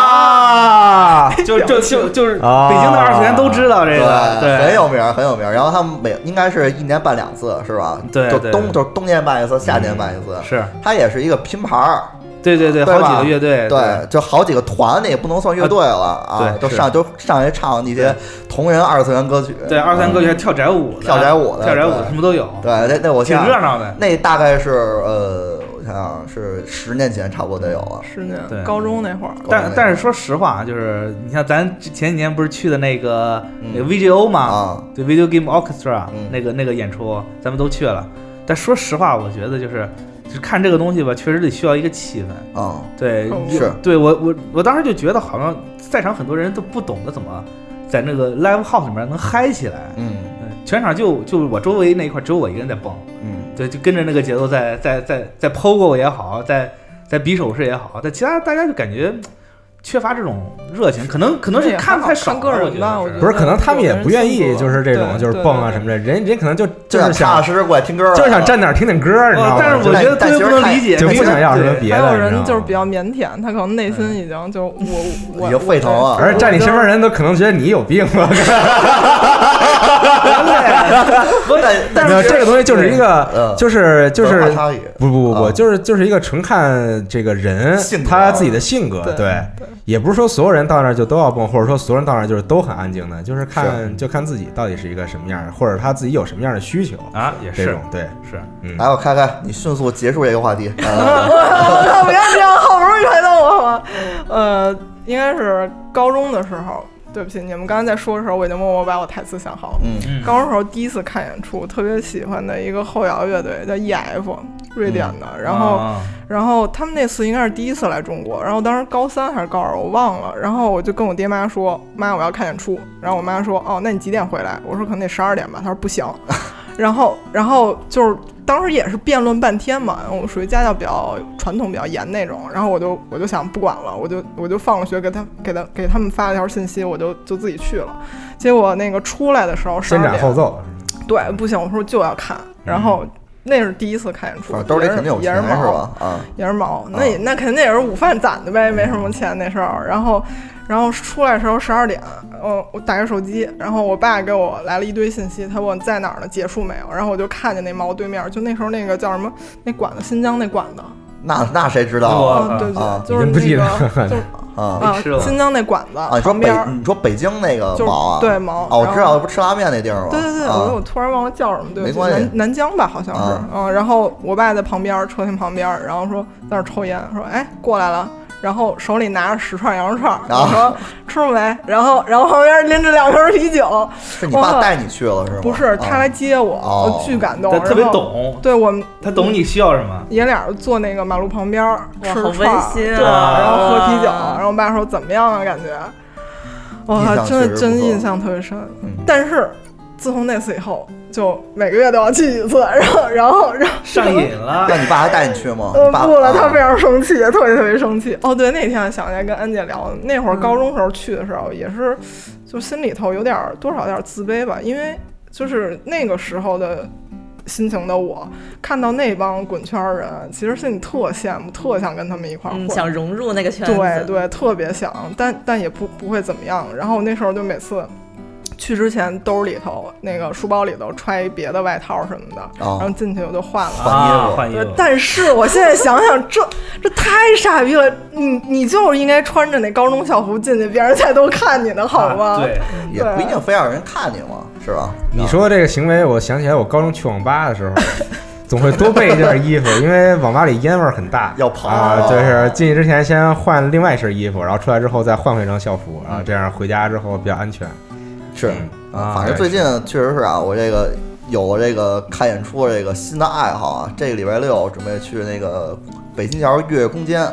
啊，就就就就是
啊
北京的二次元都知道这个，
对，很
对，
有名儿，很有名儿。然后他们每应该是一年办两次，是吧？
对
就
对
冬就是冬天办一次，夏天办一次。
是，
它也是一个拼盘儿，
对对对，
对
好
吧
几个乐队，
对，就好几个团，那也不能算乐队了啊，
对
就是上就上去唱那些同人二次元歌曲。
对，二次元歌曲还跳宅舞的，
跳宅舞的
跳宅舞
对
什么都有，
对，那那我
挺
想
热闹的。
那大概是呃，我想想是十年前差不多得有了。
十
对
年高中那会儿，
但但是说实话啊，就是你像咱前几年不是去的那个
嗯
那个 VGO 嘛，
啊，
对 Video Game Orchestra
嗯
那个那个演出，咱们都去了。但说实话，我觉得就是就是看这个东西吧，确实得需要一个气氛。
嗯，
对，
哦
是
对我我我当时就觉得好像在场很多人都不懂得怎么在那个 live house 里面能嗨起来，
嗯，
全场就就我周围那一块只有我一个人在蹦，
嗯，
对，就跟着那个节奏在在在在 pogo 也好，在在比手势也好，但其他大家就感觉缺乏这种热情，可能可能是看太少了，
看个
我觉
人
得
吧，我觉
是
得
不是，可能他们也不愿
有的
意，
人
就是这种，
对
就是
对
蹦啊什么的，人人家可能就就
就是踏
想，
实实过来听歌儿来
就是想
了
站那儿听听歌儿，你知道吗？
哦呃但是我觉得
但
特别
其
不
实
能
太
理解，
就不
那个
想要什么别
还
的，
有
你知道
人
吗
就是比较腼腆，他可能内心已经就我我
已经沸腾了。
而站你身边人都可能觉得你有病吧？
但但
没有，这个东西就是一个
嗯，
就是就是
文化差异
不不不不，
啊
就是就是一个纯看这个人
性格
他自己的性格，
对
对，也不是说所有人到那儿就都要蹦，或者说所有人到那儿就是都很安静的，就是看就看自己到底是一个什么样儿，或者他自己有什么样的需求，
啊，也
这
是
种对，
是，
嗯，
来，我开开，你迅速结束这个话 题。呃
不要这样，好不容易才到我了。呃，应该是高中的时候。对不起，你们刚才在说的时候，我已经默默把我台词想好了。
嗯
嗯
高中时候第一次看演出，特别喜欢的一个后摇乐队叫 E.F，瑞典的。然后，
啊
然后他们那次应该是第一次来中国，然后当时高三还是高二，我忘了。然后我就跟我爹妈说：“妈，我要看演出。”然后我妈说：“哦，那你几点回来？”我说：“可能得十二点吧。”她说：“不行。” 然后，然后就是当时也是辩论半天嘛，我属于家教比较传统、比较严那种。然后我就我就想不管了，我就我就放了学，给他给他给他们发了条信息，我就就自己去了。结果那个出来的时候，十
先
二
斩
点
后奏，嗯
对，不行，我说就要看。然后那是第一次看演出
反啊正，兜里
也是
肯定有
也
钱
是
是
忙
吧？啊，
也是毛，那也那肯定也是午饭攒的呗，没什么钱那时候。然后，然后出来的时候十二点，我我打开手机，然后我爸给我来了一堆信息，他问我在哪儿呢，结束没有？然后我就看见那毛对面，就那时候那个叫什么那馆子，新疆那馆子，
啊
那那谁知道啊？
哦对
啊
对，就是
已经不记
那
得
个
了
就是
啊
啊
吃了
新疆那馆子
啊！你说
旁
北
边儿，
你说北京那个
就是
毛啊？
对毛
哦，我知
然
道，
后
不吃拉面那地儿吗？
对对对，
啊
我我突然忘了叫什么，对
没
不起，
关系
南南疆吧，好像是
啊，
嗯，然后我爸在旁边儿，车停旁边儿，然后说在那儿抽烟，说哎过来了。然后手里拿着十串羊肉串儿，
啊
我说吃了没？然后，然后旁边拎着两瓶啤酒，
是你爸
我
带你去了是吗？啊
不是他来接我，
哦
我巨感动
他，特别
然后。
懂，
对我们
他懂你需要什么，
爷俩坐那个马路旁边儿吃
哇，好
串儿
温馨
对，
啊！
然后喝啤酒，然后我爸说怎么样啊？感觉，哇
印，象
真
确
的
实
真
不错
印象特别深
嗯。
但是自从那次以后，就每个月都要去一次，然后然后然后
上瘾了
那。你爸还带你去 吗？
呃
你爸
不了，他非
啊
常生气，特别特别生气。哦，对，那天想起来跟安姐聊，那会儿高中时候去的时候，也是就心里头有点儿多少有点儿自卑吧，因为就是那个时候的。心情的我看到那帮滚圈儿人，其实心里特羡慕，特想跟他们一块儿混
嗯，。想融入那个圈子，
对对，特别想，但但也不不会怎么样。然后我那时候就每次去之前，兜里头那个书包里头揣一别的外套什么的，然后
啊，
进去我就换了。
啊，
换
换衣服，
但是我现在想想，这这太傻逼了！你你就是应该穿着那高中校服进去，别人才都看你呢，好吗？
啊对，
嗯
也不一定非要有人看你嘛，是吧？
你说这个行为，我想起来我高中去网吧的 时候。总会多备一件衣服，因为网吧里烟味儿很大，
要
哦
跑
啊！就是进去之前先换另外一身衣服，然后出来之后再换回一身校服，啊
嗯
然后这样回家之后比较安全。
是
嗯
啊，反正最近确实是啊，我这个有了这个看演出的这个新的爱好啊，这个礼拜六准备去那个北京桥月空间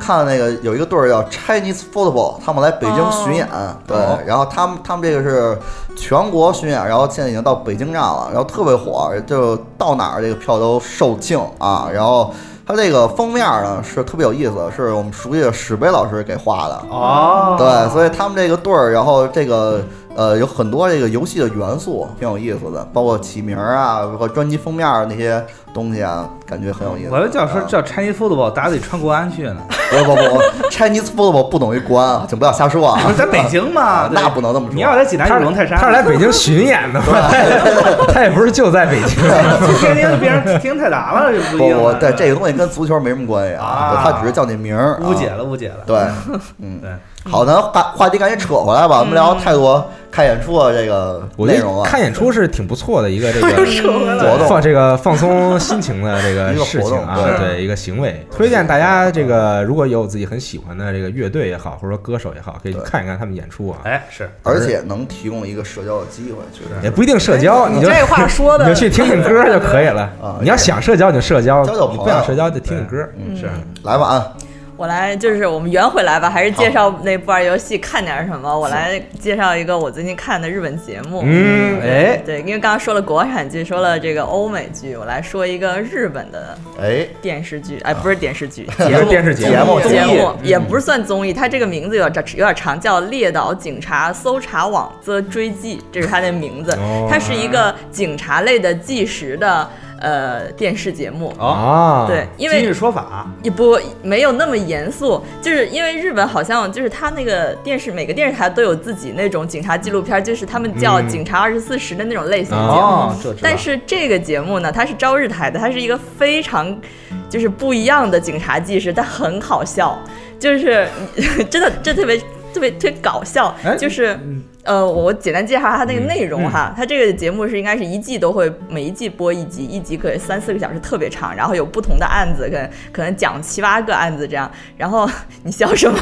看那个有一个队儿叫 Chinese Football，他们来北京巡演，对，然后他们他们这个是全国巡演，然后现在已经到北京站了，然后特别火，就到哪儿这个票都售罄啊，然后。它这个封面呢是特别有意思，是我们熟悉的史飞老师给画的，
哦，
对，所以他们这个队儿，然后这个呃有很多这个游戏的元素，挺有意思的，包括起名儿啊，包括专辑封面儿那些东西啊，感觉很有意思。
我要叫说
啊
叫 Chinese football，大家得穿国安去呢，
不不不，Chinese football 不等于国安，请不要瞎说啊
不。是在北 京嘛？对
那不能这么说
你要在济南就龙泰山，
他是来北京巡演的 吗？ 他也不是就在北 京。
去 天津就变成天津泰达了，就不
不
一样
不
了。，
对这个东西跟足球没什么关系啊，
啊
对他只是叫那名儿。
误解
啊。
了，误解了。
对，嗯
对，嗯
好，咱话话题赶紧扯回来吧，我们聊太多看演出的这个
我
内
觉
容
得
了。
看演出是挺不错的一个这
又
个
扯回来
活动
放这个放松心情的这
一
个
个活
事情啊
动，
对一个行为，推荐大家这个如果有自己很喜欢的这个乐队也好，或者说歌手也好，可以去
对
看一看他们演出啊，
哎，是
而且能提供一个社交的机会，确实
也不一定社交，
哎你
就
这话说
你
的
就去听听歌就可以了
啊。
你要想社交你就社交，
交交朋友
你不想社交就听听歌。
嗯
是
来吧啊，
我来就是我们圆回来吧，还是介绍那不玩游戏看点什么？我来介绍一个我最近看的日本节目。
嗯哎
对，因为刚刚说了国产剧，说了这个欧美剧，我来说一个日本的
哎
电视剧，哎，不是电视剧，
啊
节目，
电视节目
节
综艺
目也不是算综艺，它这个名字有点有点长，叫《列岛警察搜查网则追记》，这是它的名字
哦，
它是一个警察类的纪实的。呃，电视节目
啊
对，因为
今日说法啊
也不没有那么严肃，就是因为日本好像就是他那个电视每个电视台都有自己那种警察纪录片儿，就是他们叫
嗯
《警察二十四时》的那种类型节目。
哦这知道
但是这个节目呢，它是朝日台的，它是一个非常就是不一样的警察纪实，但很好笑，就是嗯 真的这特别特别特别搞笑，就是。呃，我简单介绍一下它那个内容哈，它这个节目是应该是一季都会每一季播一集，一集可以三四个小时，特别长，然后有不同的案子，可能可能讲七八个案子这样。然后你笑什么？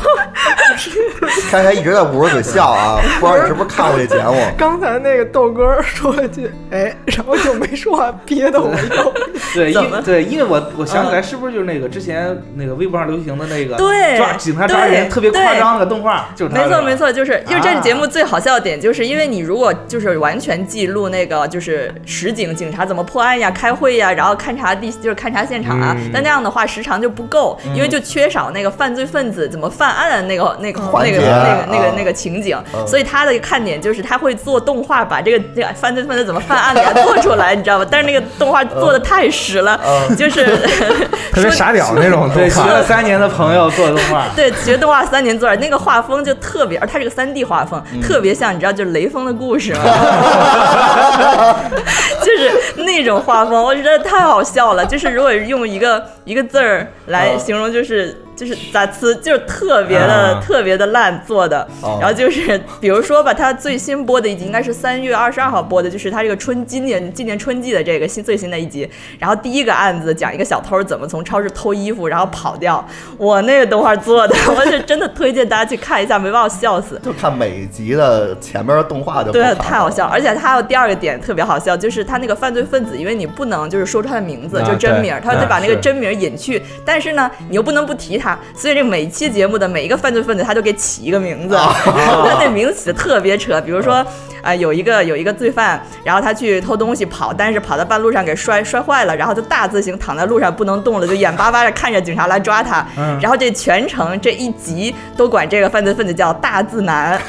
开开一直在捂着嘴笑 啊，不知道你是不是看过这节目？
刚才那个豆哥儿说了句“哎”，然后就没说话，憋得我又
对，
怎
因
么
对，因为我我想起来，是不是就是那个之前那个微博上流行的那个
嗯对
抓警察抓人
对
特别夸张那个动画，就是他
没错没
错，
错，就是因为这
啊
个节目最好笑的点，就是因为你如果就是完全记录那个就是实景警察怎么破案呀、开会呀，然后勘察地就是勘察现场啊
嗯，
那那样的话时长就不够，因为
嗯
就缺少那个犯罪分子怎么犯案的那个那个
环
那个
节
那个那
啊
个那个情景，
嗯
所以他的看点就是他会做动画把这个这个犯罪分子怎么犯案给他做出来，你知道吧？但是那个动画做
嗯
的太实了， 就是。，
特别傻屌那种
对，
动
学
画
了三年的朋友做的动画
对，学动画三年作那个画风就特别，而它是个三 D 画风，特别像你知道，就是雷锋的故事嘛，就是那种画风，我觉得太好笑了。就是如果用一个一个字儿来
啊
形容，就是。就是咋呲，就是特别的、
啊
特别的烂做的，
哦
然后就是比如说吧，它最新播的一集应该是三月二十二号播的，就是它这个春今年今年春季的这个新最新的一集。然后第一个案子讲一个小偷怎么从超市偷衣服然后跑掉，我那个动画做的， 我是真的推荐大家去看一下，没把我笑死。
就看每集的前面的动画就不
对，
看
太好笑了，而且他还有第二个点特别好笑，就是他那个犯罪分子，因为你不能就是说出他的名字，
啊
就真名儿，
对
他得把
嗯
那个
是
真名儿隐去，但是呢，你又不能不提他，所以这每一期节目的每一个犯罪分子，他都给起一个名字，
啊
他那名字起的特别扯，比如说。啊、有一个有一个罪犯，然后他去偷东西跑，但是跑到半路上给摔摔坏了，然后就大字形躺在路上不能动了，就眼巴巴的看着警察来抓他。
嗯
然后这全程这一集都管这个犯罪分子叫大字男。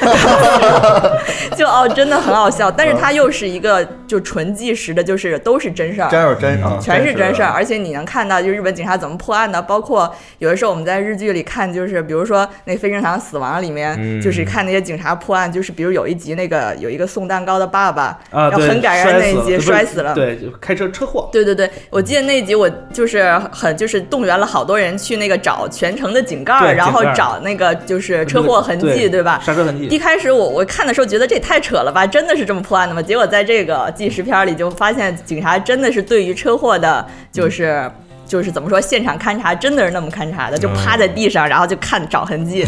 就哦，真的很好笑，但是它又是一个就纯纪实的，就是都是真事儿，
真是真啊
全是真
真
事儿，
是
而且你能看到就是日本警察怎么破案的，包括有的时候我们在日剧里看，就是比如说那《非正常死亡》里面，
嗯
就是看那些警察破案，就是比如有一集那个有一个送蛋糕的爸爸，
啊，
然后
对
很感人那一集摔死了，
对，就开车车祸，
对对对，我记得那集我就是很就是动员了好多人去那个找全城的井盖
对
儿，
井盖
然
儿
后找那个就是车祸痕迹，
对
对吧？
刹车痕迹
一开始我我看的时候觉得这也太扯了吧，真的是这么破案的吗？结果在这个纪实片儿里就发现，警察真的是对于车祸的，就是。就是怎么说，现场勘查真的是那么勘查的，就趴在地上，然后就看找痕迹，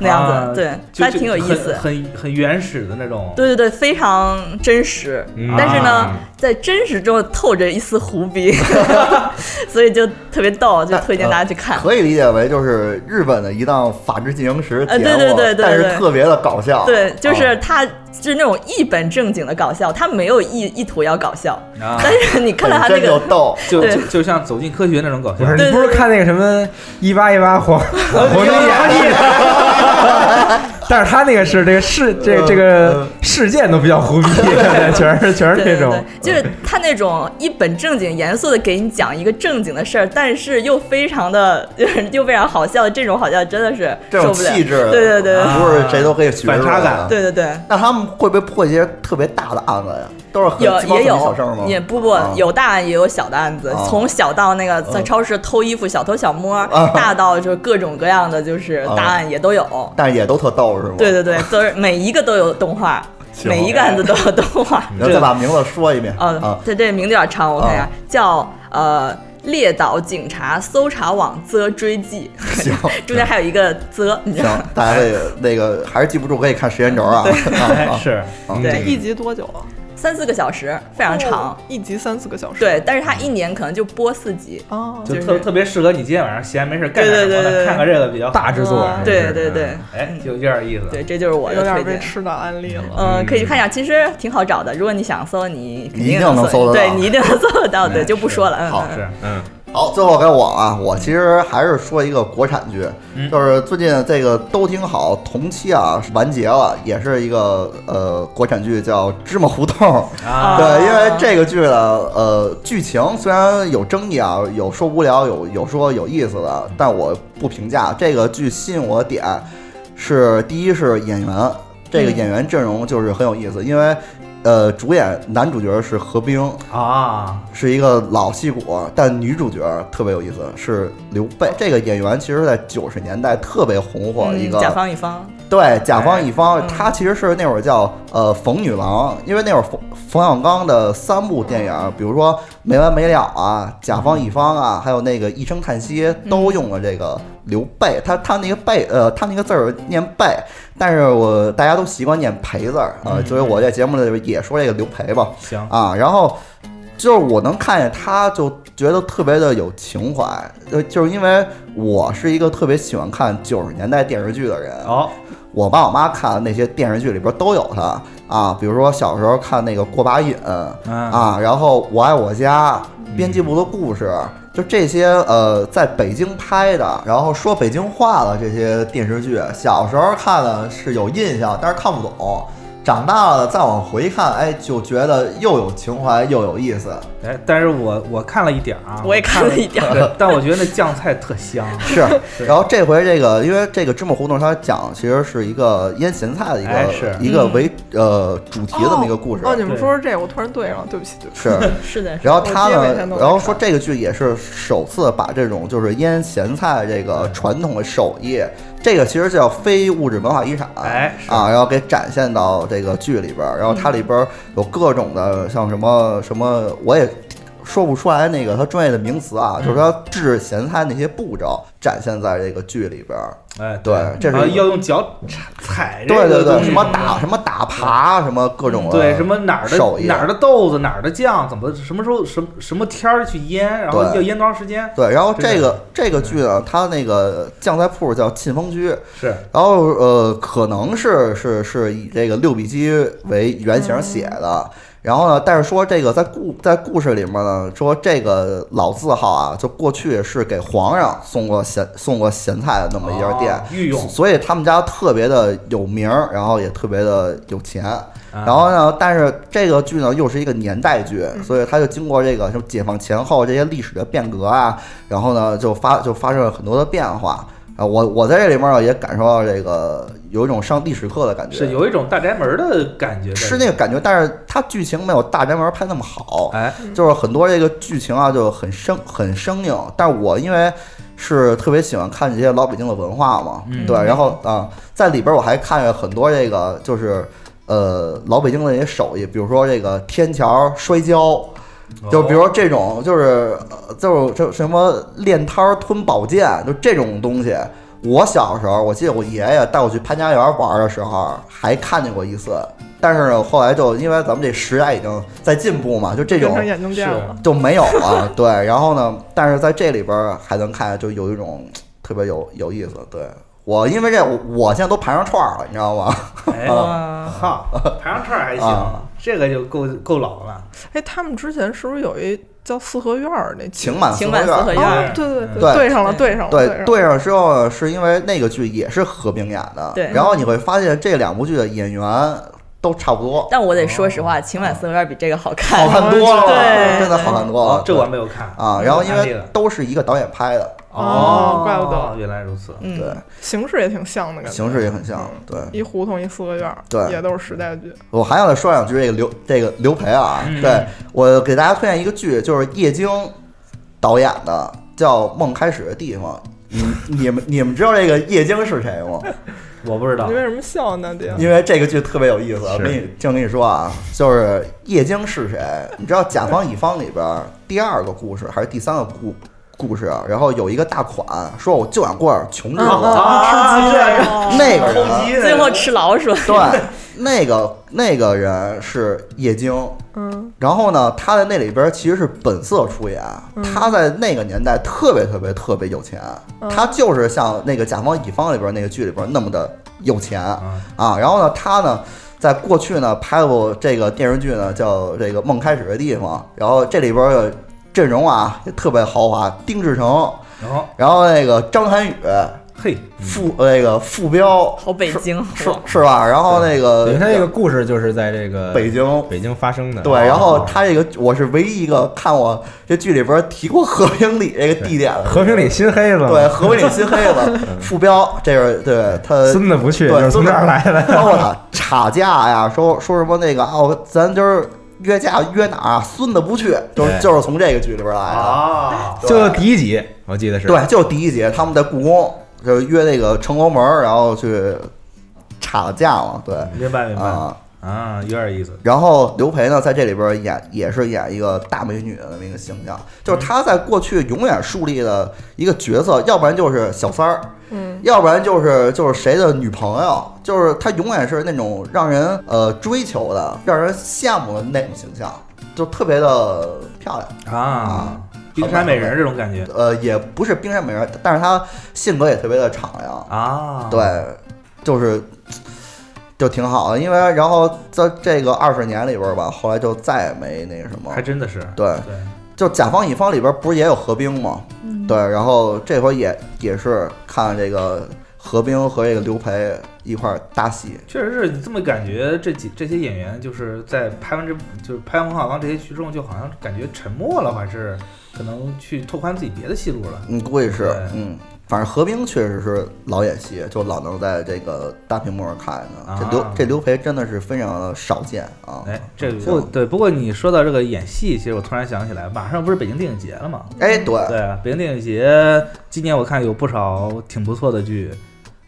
那样子，
啊
对，
就
它
就
挺有意
很
思。
很很原始的那种，
对对对，非常真实，
嗯
但是呢，
啊
在真实中透着一丝胡逼， 所以就特别逗，就
呃
推荐大家去看。
可以理解为就是日本的一档法制进行时节
呃
目，啊
对对对对
但
对
是特别的搞笑。
对，
哦
就
啊
是他就是那种一本正经的搞笑，他没有意意图要搞笑，
啊
但是你看到他那个，
就
对
就就像走进科学那种搞笑，
不是你不是看那个什么一八一八黄黄金眼， 但是他那个是这个事这这个事件都比较胡逼，全是全是这种。
就是他那种一本正经、严肃的给你讲一个正经的事儿，但是又非常的 又非常好笑，这种好笑真的是
这
受
种
不了。
气质，
对对对对，
不是啊谁都可以学
啊反差
出来的
感
对对对。
那他们会不会破一些特别大的案子呀？都是很
有
鸡毛蒜
也
皮
有
小事儿吗？
也不不、
啊
有大案也有小的案子，
啊嗯
从小到那个在超市偷衣服、小偷小摸，大到就是各种各样的就是
啊
大案也都有。
但是也都特逗是吗？
对对对，都是每一个都有动画，
行
每一个案子都有动画。
然后再把名字说一遍啊
啊，这这名字有点长，我看一下
啊，
叫呃。列岛警察搜查网则追 记，中间还有一个则，你知
行
道吗？，
大家这个那个还是记不住，可以看时间轴啊。啊啊
哎是
嗯
啊
这一集多久啊？
三四个小时，非常长，
哦一集三四个小时。
对，但是它一年可能就播四集，
哦
就
就是
特特别适合你今天晚上闲没事干
对
点
对
什么
对对哦
的，看看这个比较
大制作还是
对对对，
哎，就有点意思。
对，这就是我的
有点
推
被
荐。
吃到安利了。
嗯，可以去看一下，其实挺好找的。如果你想搜，你肯
你一定
能
能搜得
对
到哎
你一定能搜得到，对，
嗯
就不说了。嗯，
好
嗯
是嗯，
好，最后该我啊，我其实还是说一个国产剧，就是最近这个都挺好，同期啊完结了，也是一个呃国产剧叫《芝麻胡同》。
啊
对，因为这个剧呢，呃，剧情虽然有争议啊，有说无聊，有有说有意思的，但我不评价。这个剧吸引我的点是，第一是演员，这个演员阵容就是很有意思，因为呃，主演男主角是何冰，
啊，
是一个老戏骨，但女主角特别有意思，是刘
哦
备。这个演员其实在九十年代特别红火，一个
嗯甲方乙方，
对甲方乙方，
嗯
她其实是那会儿叫呃冯女郎，因为那会儿冯冯小刚的三部电影，比如说《没完没了》啊，《甲方乙方》啊，还有那个《一声叹息》，都用了这个刘
嗯
备。他他那个备呃，他那个字儿念备，但是我大家都习惯念裴字儿
嗯
啊，所以我在节目里也说这个刘培吧。
行，
啊，然后就是我能看见他，就觉得特别的有情怀，呃，就是因为我是一个特别喜欢看九十年代电视剧的人，
好，
我爸我妈看的那些电视剧里边都有他啊，比如说小时候看那个《过把瘾》啊，然后《我爱我家》《编辑部的故事》。就这些呃，在北京拍的，然后说北京话的这些电视剧，小时候看的是有印象，但是看不懂。长大了再往回看，哎，就觉得又有情怀又有意思。
哎，但是我我看了一点儿啊，
我也看了一点儿
对但我觉得那酱菜特香。
是，然后这回这个，因为这个芝麻胡同它讲其实是一个腌咸菜的一个、
哎是
一个
嗯
为呃主题这么一个故事。
哦，哦你们
对
说这个，我突然对上了，对不起，对不起。
是，
是的，
然后他
我基本
呢
上都，没
然后说这个剧也是首次把这种就是腌咸菜这个传统的手艺，这个其实叫非物质文化遗产，
哎是
啊，然后给展现到这个剧里边儿。然后它里边儿有各种的，像什么什么，我也说不出来那个它专业的名词啊，
嗯
就是它制咸菜那些步骤展现在这个剧里边儿。
哎，
对这是
啊要用脚踩踩哎这
对
个
对
东
对，
西
什么打什么打耙，什么各种的
对什么哪儿的
手艺啊
哪儿的豆子哪儿的酱怎么什么时候什么什么天儿去腌，然后
对
要腌多长时间？
对，然后
对
这个这个剧呢，它那个酱菜铺叫沁风居，
是
然后呃，可能是是是以这个六笔鸡为原型写
嗯
的。然后呢，但是说这个在故在故事里面呢，说这个老字号啊，就过去是给皇上送过咸送过咸菜的那么一家店，
哦御用
所以他们家特别的有名儿，然后也特别的有钱。
啊
然后呢，但是这个剧呢又是一个年代剧，所以它就经过这个什么解放前后这些历史的变革啊，然后呢就发就发生了很多的变化。啊，我我在这里面呢也感受到这个有一种上历史课的感觉，
是有一种大宅门的感觉在里面，
是那个感觉，但是它剧情没有大宅门拍那么好，
哎，
就是很多这个剧情啊就很生很生硬。但是我因为是特别喜欢看这些老北京的文化嘛，对，然后啊、在里边我还看见很多这个就是呃老北京的一些手艺，比如说这个天桥摔跤。就
哦
比如说这种，就是呃就是这什么练摊儿、吞宝剑，就这种东西。我小时候，我记得我爷爷带我去潘家园玩的时候，还看见过一次。但是呢，后来就因为咱们这时代已经在进步嘛，就这
变
种
成眼镜店了，
就没有了。对，然后呢，但是在这里边儿还能看，就有一种特别有有意思。对我，因为这我我现在都排上串儿了，你知道吗？
哎，
嗯
哈，排上串儿还行
啊，
这个就够够老了。
哎，他们之前是不是有一叫四合院儿那剧？
情满
情满四
院
合
儿。
院
哦
儿，，
对对
对
对上了，对上了，
对，
对
对上之后呢，是因为那个剧也是何冰演的，
对
然后你会发现这两部剧的演员都差不 多，
但我得
哦
说实话，《情满四合院》比这个好看
好。看多了，
对
真的好看多了。
哦这我还没有看
哦啊，然后因
安利
为
了
都是一个导演拍的，
哦怪不得
原来如此。
嗯，
对，
形式也挺像的感觉，
形式也很像。对，
一胡同一四合院儿，
对
也都是时代剧。
我还想再说两句这个刘这个刘培啊，对我给大家推荐一个剧，就是叶京导演的，叫《梦开始的地方》。你你们你们知道这个叶京是谁吗？
我不知道
你为什么笑呢，爹？
因为这个剧特别有意思，
是
跟你正跟你说啊，就是叶京是谁？你知道《甲方乙方》里边儿第二个故事还是第三个故故事啊？然后有一个大款说我就想过点穷日子，
啊，吃鸡
那个人
偷鸡 的
最后吃老鼠。
对，那个那个人是叶京，
嗯
然后呢，他在那里边其实是本色出演，
嗯
他在那个年代特别特别特别有钱，
嗯
他就是像那个甲方乙方里边那个剧里边那么的有钱啊。然后呢，他呢。在过去呢，拍过这个电视剧呢，叫这个《梦开始的地方》，然后这里边的阵容啊也特别豪华，丁志成，
然后
然后那个张涵予，
嘿，
傅那个傅彪，
好北京，
是是吧？然后那个
等呃于他这个故事就是在这个
北京
北京发生的。啊
对，然
哦
后他这个我是唯一一个看我这剧里边提过和平里这个地点的人，
和平里新黑子，
对和平里新黑 子傅彪，这是对他
孙子不去就
对
是从这儿来的
孙子包括他吵架呀，说说什么那个啊，我咱今儿约架约哪儿啊？孙子不去，就是
对哦
就是从这个剧里边来的，
啊
就第一集，我记得是
对，就是第一集他们在故宫就是约那个城楼门儿，然后去吵架嘛，对，
明白明白
啊。
啊，有点意思。
然后刘培呢，在这里边演也是演一个大美女的那么一个形象，就是她在过去永远树立的一个角色，要不然就是小三儿，
嗯
要不然就是就是谁呃的女朋友，就是她永远是那种让人呃追求的、让人羡慕的那种形象，就特别呃的漂亮。
啊，冰山美人这种感觉
呃，也不是冰山美人，但是她性格也特别的敞亮
啊，
对，就是就挺好的，因为然后在这个二十年里边儿吧，后来就再也没那什么，
还真的是
对，就甲方乙方里边儿不是也有合兵吗？
嗯
对，然后这回也也是看这个何冰和这个刘培一块儿搭戏，
确实是你这么感觉，这几这些演员就是在拍完这就是拍完《红海王》这些剧之后，就好像感觉沉默了，还是可能去拓宽自己别的戏路了。
嗯，估计是
对，
嗯，反正何冰确实是老演戏，就老能在这个大屏幕上看的。这刘
啊
这刘培真的是非常的少见啊。
哎，这
行
不对，不过你说到这个演戏，其实我突然想起来，马上不是北京电影节了吗？
哎对
对啊，北京电影节今年我看有不少挺不错的剧，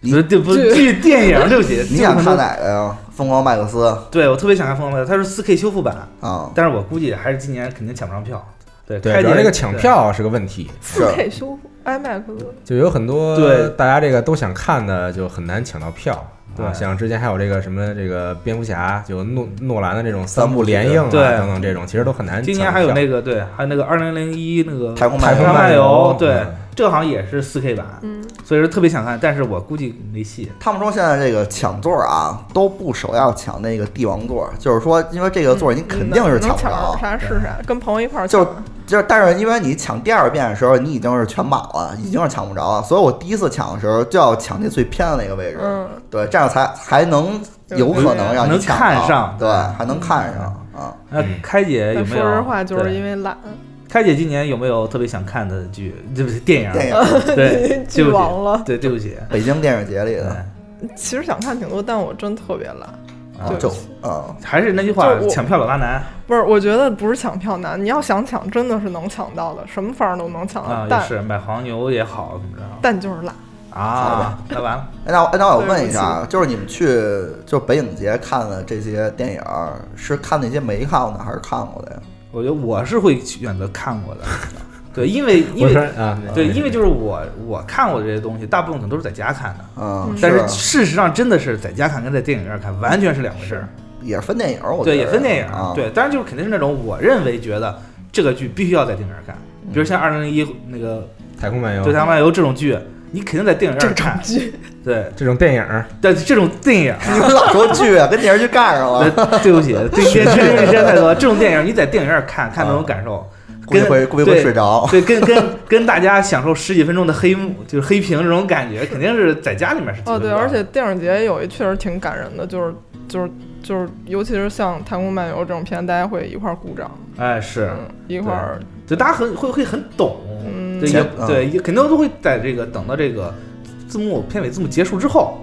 不是对不是剧电影，对不起，
你
剧
想
很
看
多
哪个呀？疯狂麦克斯
对我特别想看《疯狂麦克斯》，它是四 K 修复版
啊，
但是我估计还是今年肯定抢不上票。对，
对，
开
主要
年
这个抢
对
票是个问题，
四 K 修复哎 IMAX 的
就有很多
对
大家这个都想看的，就很难抢到票。
对
啊像之前还有这个什么这个蝙蝠侠，就诺诺兰的这种三部
部曲
联映啊
对
等等这种，其实都很难抢到票。
今年还有那个对，还有那个二零零一那个
太空漫
太
游
空漫游
嗯，
对，这好像也是四 K 版，
嗯，
所以说特别想看，但是我估计没戏。
他们说现在这个抢座啊，都不首要抢那个帝王座，就是说，因为这个座你肯定是
嗯能
不
抢
着啊
着，啥是啥，跟朋友一块儿
就
抢啊
就是，但是因为你抢第二遍的时候，你已经是全满了，已经是抢不着了，所以我第一次抢的时候就要抢那最偏的那个位置，
嗯
对，这样才还能有可能让你
能
抢
看
到
上
对，还能看上啊。
那
嗯
开姐有
但
没
说
有？
实话，就是
对
因为懒。
开姐今年有没有特别想看的剧？对不起，电影儿。啊
电影儿
对，
剧
对不起
王了
对，对不起。
北京电影节里的
其实想看挺多，但我真特别懒。
啊，就啊，
还是那句话
就，我
抢票老大难
不是，我觉得不是抢票难，你要想抢，真的是能抢到的，什么方儿都能抢
啊
到，，
也
但
是买黄牛也好，怎么着
但就是懒。
啊？那完了，
哎，那我哎那我
对
问一
不
下啊，就是你们去就北影节看的这些电影儿，是看那些没看过的，还是看过的呀？
我觉得我是会选择看过的。对，因为因
我
为
说啊，
对，因为就是我我看过的这些东西，大部分可能都是在家看的，
嗯，
但
啊
是事实上真的是在家看跟在电影院看完全是两回事儿。
也是分电影儿，我觉得
对，也分电影
啊
儿，，对，当然就是肯定是那种我认为觉得这个剧必须要在电影院看，比如像二零零一那个
太空漫游，
《对谈漫游》这种剧，你肯定在电影院看。对，
这种电影儿，
但是这种电影儿，
你们 老说剧啊，跟电视剧干上了，
对对不起，对电视剧时间太多，这种电影儿你在电影院看看那种感受。
估计
跟
会估计会
对
睡着。
对，跟跟跟大家享受十几分钟的黑幕，就是黑屏这种感觉，肯定是在家里面是体
哦，
会不
对，
到的
而且电影节有一确实挺感人的，就是就是就是，尤其是像《太空漫游》这种片，大家会一块儿鼓掌，
哎是，
嗯，一块儿
就大家很会会很懂，
嗯
对
前
也对也肯定都会在这个等到这个字幕片尾字幕结束之后。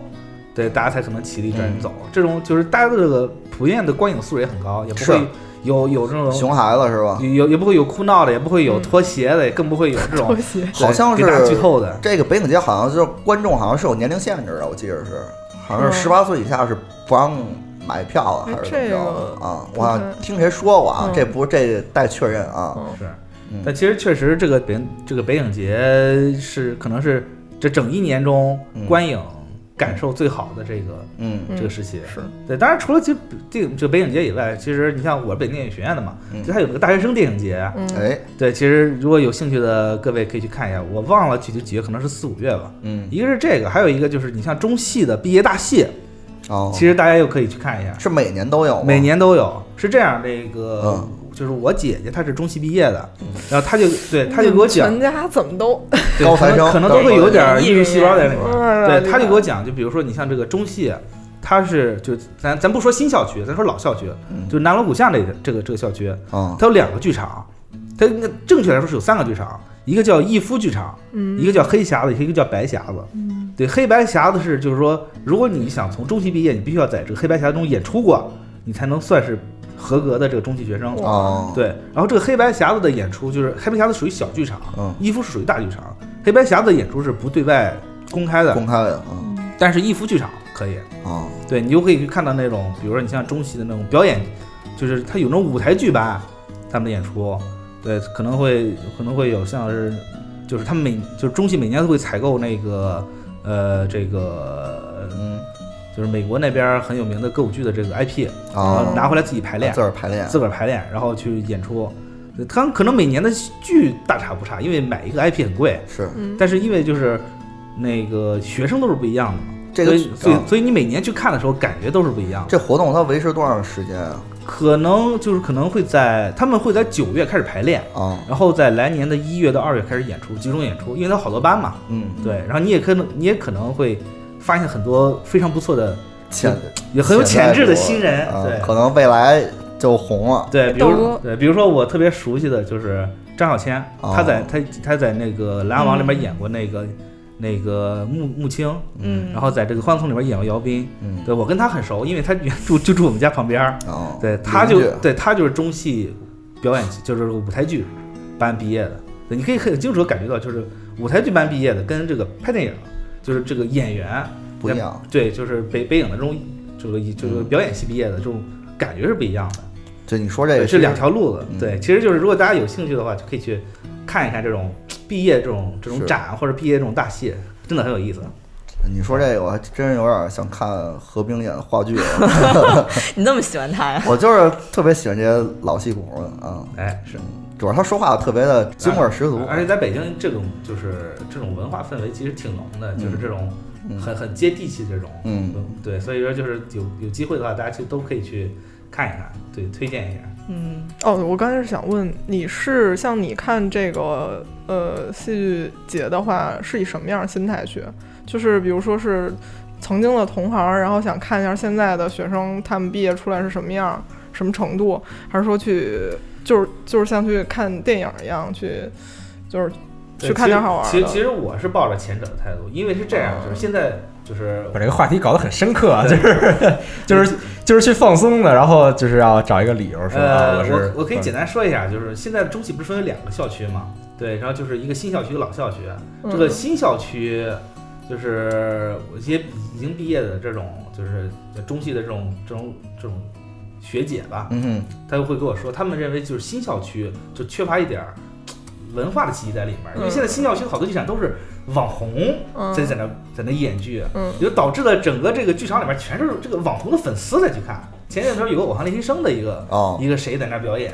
对，大家才可能起立
嗯
转身走。这种就是大家的这个普遍的观影素质也很高，也不会
是
有有这种
熊孩子是吧？
有也不会有哭闹的，也不会
嗯
有脱鞋的，也更不会有这种
拖鞋。
好像
对给大家
是
剧透的。
这个北影节好像就是观众好像是有年龄限制的，我记得是，好
哦
像是十八岁以下是不让买票的，
哎
还是怎么
这
着
个
的啊？
不
我好
太
像听谁说过啊
嗯？
这不这个待确认啊。
嗯
是
嗯，
但其实确实这个北这个北影节是可能是这整一年中
嗯
观影感受最好的这个
嗯
这个时期
是
对。当然除了这这这北影节以外，其实你像我是北电影学院的嘛，
嗯
就它有这个大学生电影节，
嗯
哎，
对，其实如果有兴趣的各位可以去看一下，我忘了具体几月，可能是四五月吧。
嗯，
一个是这个，还有一个就是你像中戏的毕业大戏，
哦，
其实大家又可以去看一下，
是每年都有吗，啊
每年都有。是这样，这个、
嗯
就是我姐姐她是中戏毕业的，然后她就对她就给我讲，
全家怎么都
对
高材
可能
生
可能都会有点儿
对
艺术细胞在里面。
嗯
对，他就给我讲，就比如说你像这个中戏，它是就咱咱不说新校区，咱说老校区，
嗯
就南锣鼓巷这个这个这个校区，
它
有两个剧场，它应该正确来说是有三个剧场，一个叫逸夫剧场，
嗯
一个叫黑匣子，一个叫白匣子。
嗯
对，黑白匣子是就是说，如果你想从中戏毕业，你必须要在这个黑白匣子中演出过，你才能算是合格的这个中戏学生。
哦
啊对，然后这个黑白匣子的演出就是黑白匣子属于小剧场，
嗯，
一夫是属于大剧场，黑白匣子的演出是不对外公开的，
公开的，
嗯，但是一夫剧场可以，
哦，
对你就可以去看到那种，比如说你像中戏的那种表演，就是它有那种舞台剧吧，他们的演出，对，可能会可能会有像是，就是他们每就是中戏每年都会采购那个呃这个
嗯。
就是美国那边很有名的歌舞剧的这个 IP，、
哦
然后拿回来自己嗯排练，
自个儿排练
自个儿排练，然后去演出。他可能每年的剧大差不差，因为买一个 IP 很贵，
是
嗯
但是因为就是那个学生都是不一样的嘛，
这个
所以所以
啊
所以你每年去看的时候感觉都是不一样的。
这活动它维持多长时间啊？
可能就是可能会在他们会在九月开始排练
啊，
然后在来年的一月到二月开始演出，集中演出，因为它好多班嘛，
嗯，
对，然后你也可能你也可能会发现很多非常不错的
潜
也很有潜质的
潜在
新人，
啊
对，
可能未来就红了。
对，比如对，比如说哎我特别熟悉的就是张小千，
哦
他在他他在那个《琅琊榜》里面演过那个、那个穆穆青，
嗯
然后在这个《欢乐颂》里面演过姚斌，
嗯
对我跟他很熟，因为他原住就住我们家旁边儿，
哦，
对，他
邻
就
居
对他就是中戏表演就是舞台剧班毕业的，对，你可以很清楚地感觉到，就是舞台剧班毕业的跟这个拍电影就是这个演员
不一样，嗯
对，就是北北影的这种这个就是表演系毕业的这种感觉是不一样的。
就你说这个
对是两条路子
哎嗯。
对，其实就是如果大家有兴趣的话，就可以去看一看这种毕业这种这种
是
展或者毕业这种大戏，真的很有意思。
你说这个，我还真有点想看何冰演的话剧 了。
你那么喜欢他呀？啊
我就是特别喜欢这些老戏骨的啊。
哎，是，
主要他说话特别的京味儿十
嗯
足。
而且在北京这种就是这种文化氛围其实挺浓的，
嗯
就是这种很很接地气这种。
嗯，
对，所以说就是有有机会的话，大家去都可以去看一看，对，推荐一下。
嗯，
哦，我刚才是想问，你是像你看这个呃戏剧节的话，是以什么样的心态去？就是比如说是曾经的同行，然后想看一下现在的学生他们毕业出来是什么样、什么程度，还是说去就是就是像去看电影一样去，就是
对
去看点好玩的？哦
其实其实其实我是抱着前者的态度，因为是这样，就是现在就是
把这个话题搞得很深刻，啊，就是就是 就是去放松的，然后就是要找一个理由说啊，
呃，
是
我可以简单说一下，就是现在中戏不是分为两个校区嘛？对，然后就是一个新校区，一个老校区。
嗯
这个新校区就是我一些已经毕业的这种，就是中戏的这种这种这种学姐吧，
嗯哼，
她就会跟我说，他们认为就是新校区就缺乏一点儿文化的气息在里面，因为
嗯
现在新校区好多剧场都是网红
嗯
在在那在那演剧，
嗯
也就导致了整个这个剧场里面全是这个网红的粉丝在去看。前些时候有个《我行练习生》的一个、
哦
一个谁在那表演，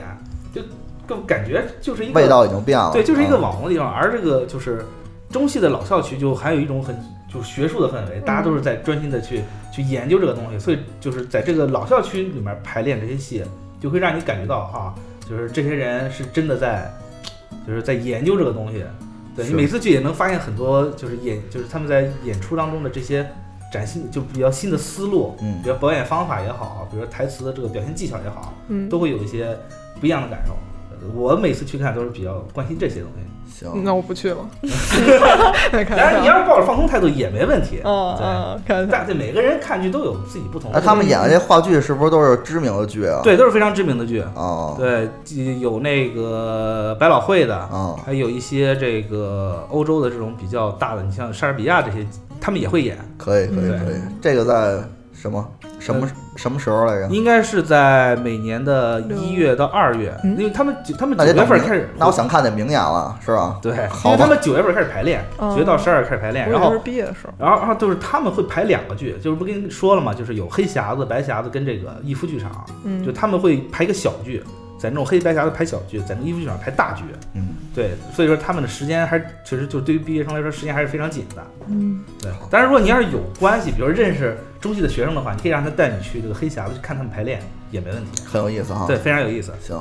就就感觉就是一个
味道已经变了
对，就是一个
嗯
网红的地方。而这个就是中戏的老校区，就还有一种很就是学术的氛围，大家都是在专心的去去研究这个东西，所以就是在这个老校区里面排练这些戏，就会让你感觉到啊，就是这些人是真的在就是在研究这个东西。对你
是
每次去也能发现很多，就是演就是他们在演出当中的这些崭新就比较新的思路，
嗯
比如表演方法也好，比如台词的这个表现技巧也好，
嗯
都会有一些不一样的感受。我每次去看都是比较关心这些东
嗯
西。
那我不去 了。
当然，你要是抱着放松态度也没问题。
哦哦，看
但对每个人看剧都有自己不同的。
哎，他们演的这话剧是不是都是知名的剧啊？
对，都是非常知名的剧。
哦，
对，既有那个百老汇的，
哦
还有一些这个欧洲的这种比
嗯
较大的，你像莎士比亚这些，他们也会演。
可以可以
对
可以，这个在什么什
呃
么什么时候来着？
应该是在每年的一月到二月，
嗯
因为他们九他们
那
九
得
月
等
份
明
开始，
那我想看见明年了，是吧？
对，因
好
为
吧
他们九月份开始排练，
哦
九月到十二月开始排练，
我以
然
为
后
是毕业的时候。
然后，然后就是他们会排两个剧，就是不跟你说了嘛，就是有黑匣子、白匣子跟这个逸夫剧场，
嗯
就他们会排个小剧，在那种黑白匣子排小剧，在那逸夫剧场排大剧，
嗯，
对，所以说他们的时间还是其实就对于毕业生来说时间还是非常紧的，
嗯，
对。但是如果你要是有关系，比如认识中戏的学生的话，你可以让他带你去这个黑匣子去看他们排练也没问题，
很有意思哈。
对，非常有意思。
行，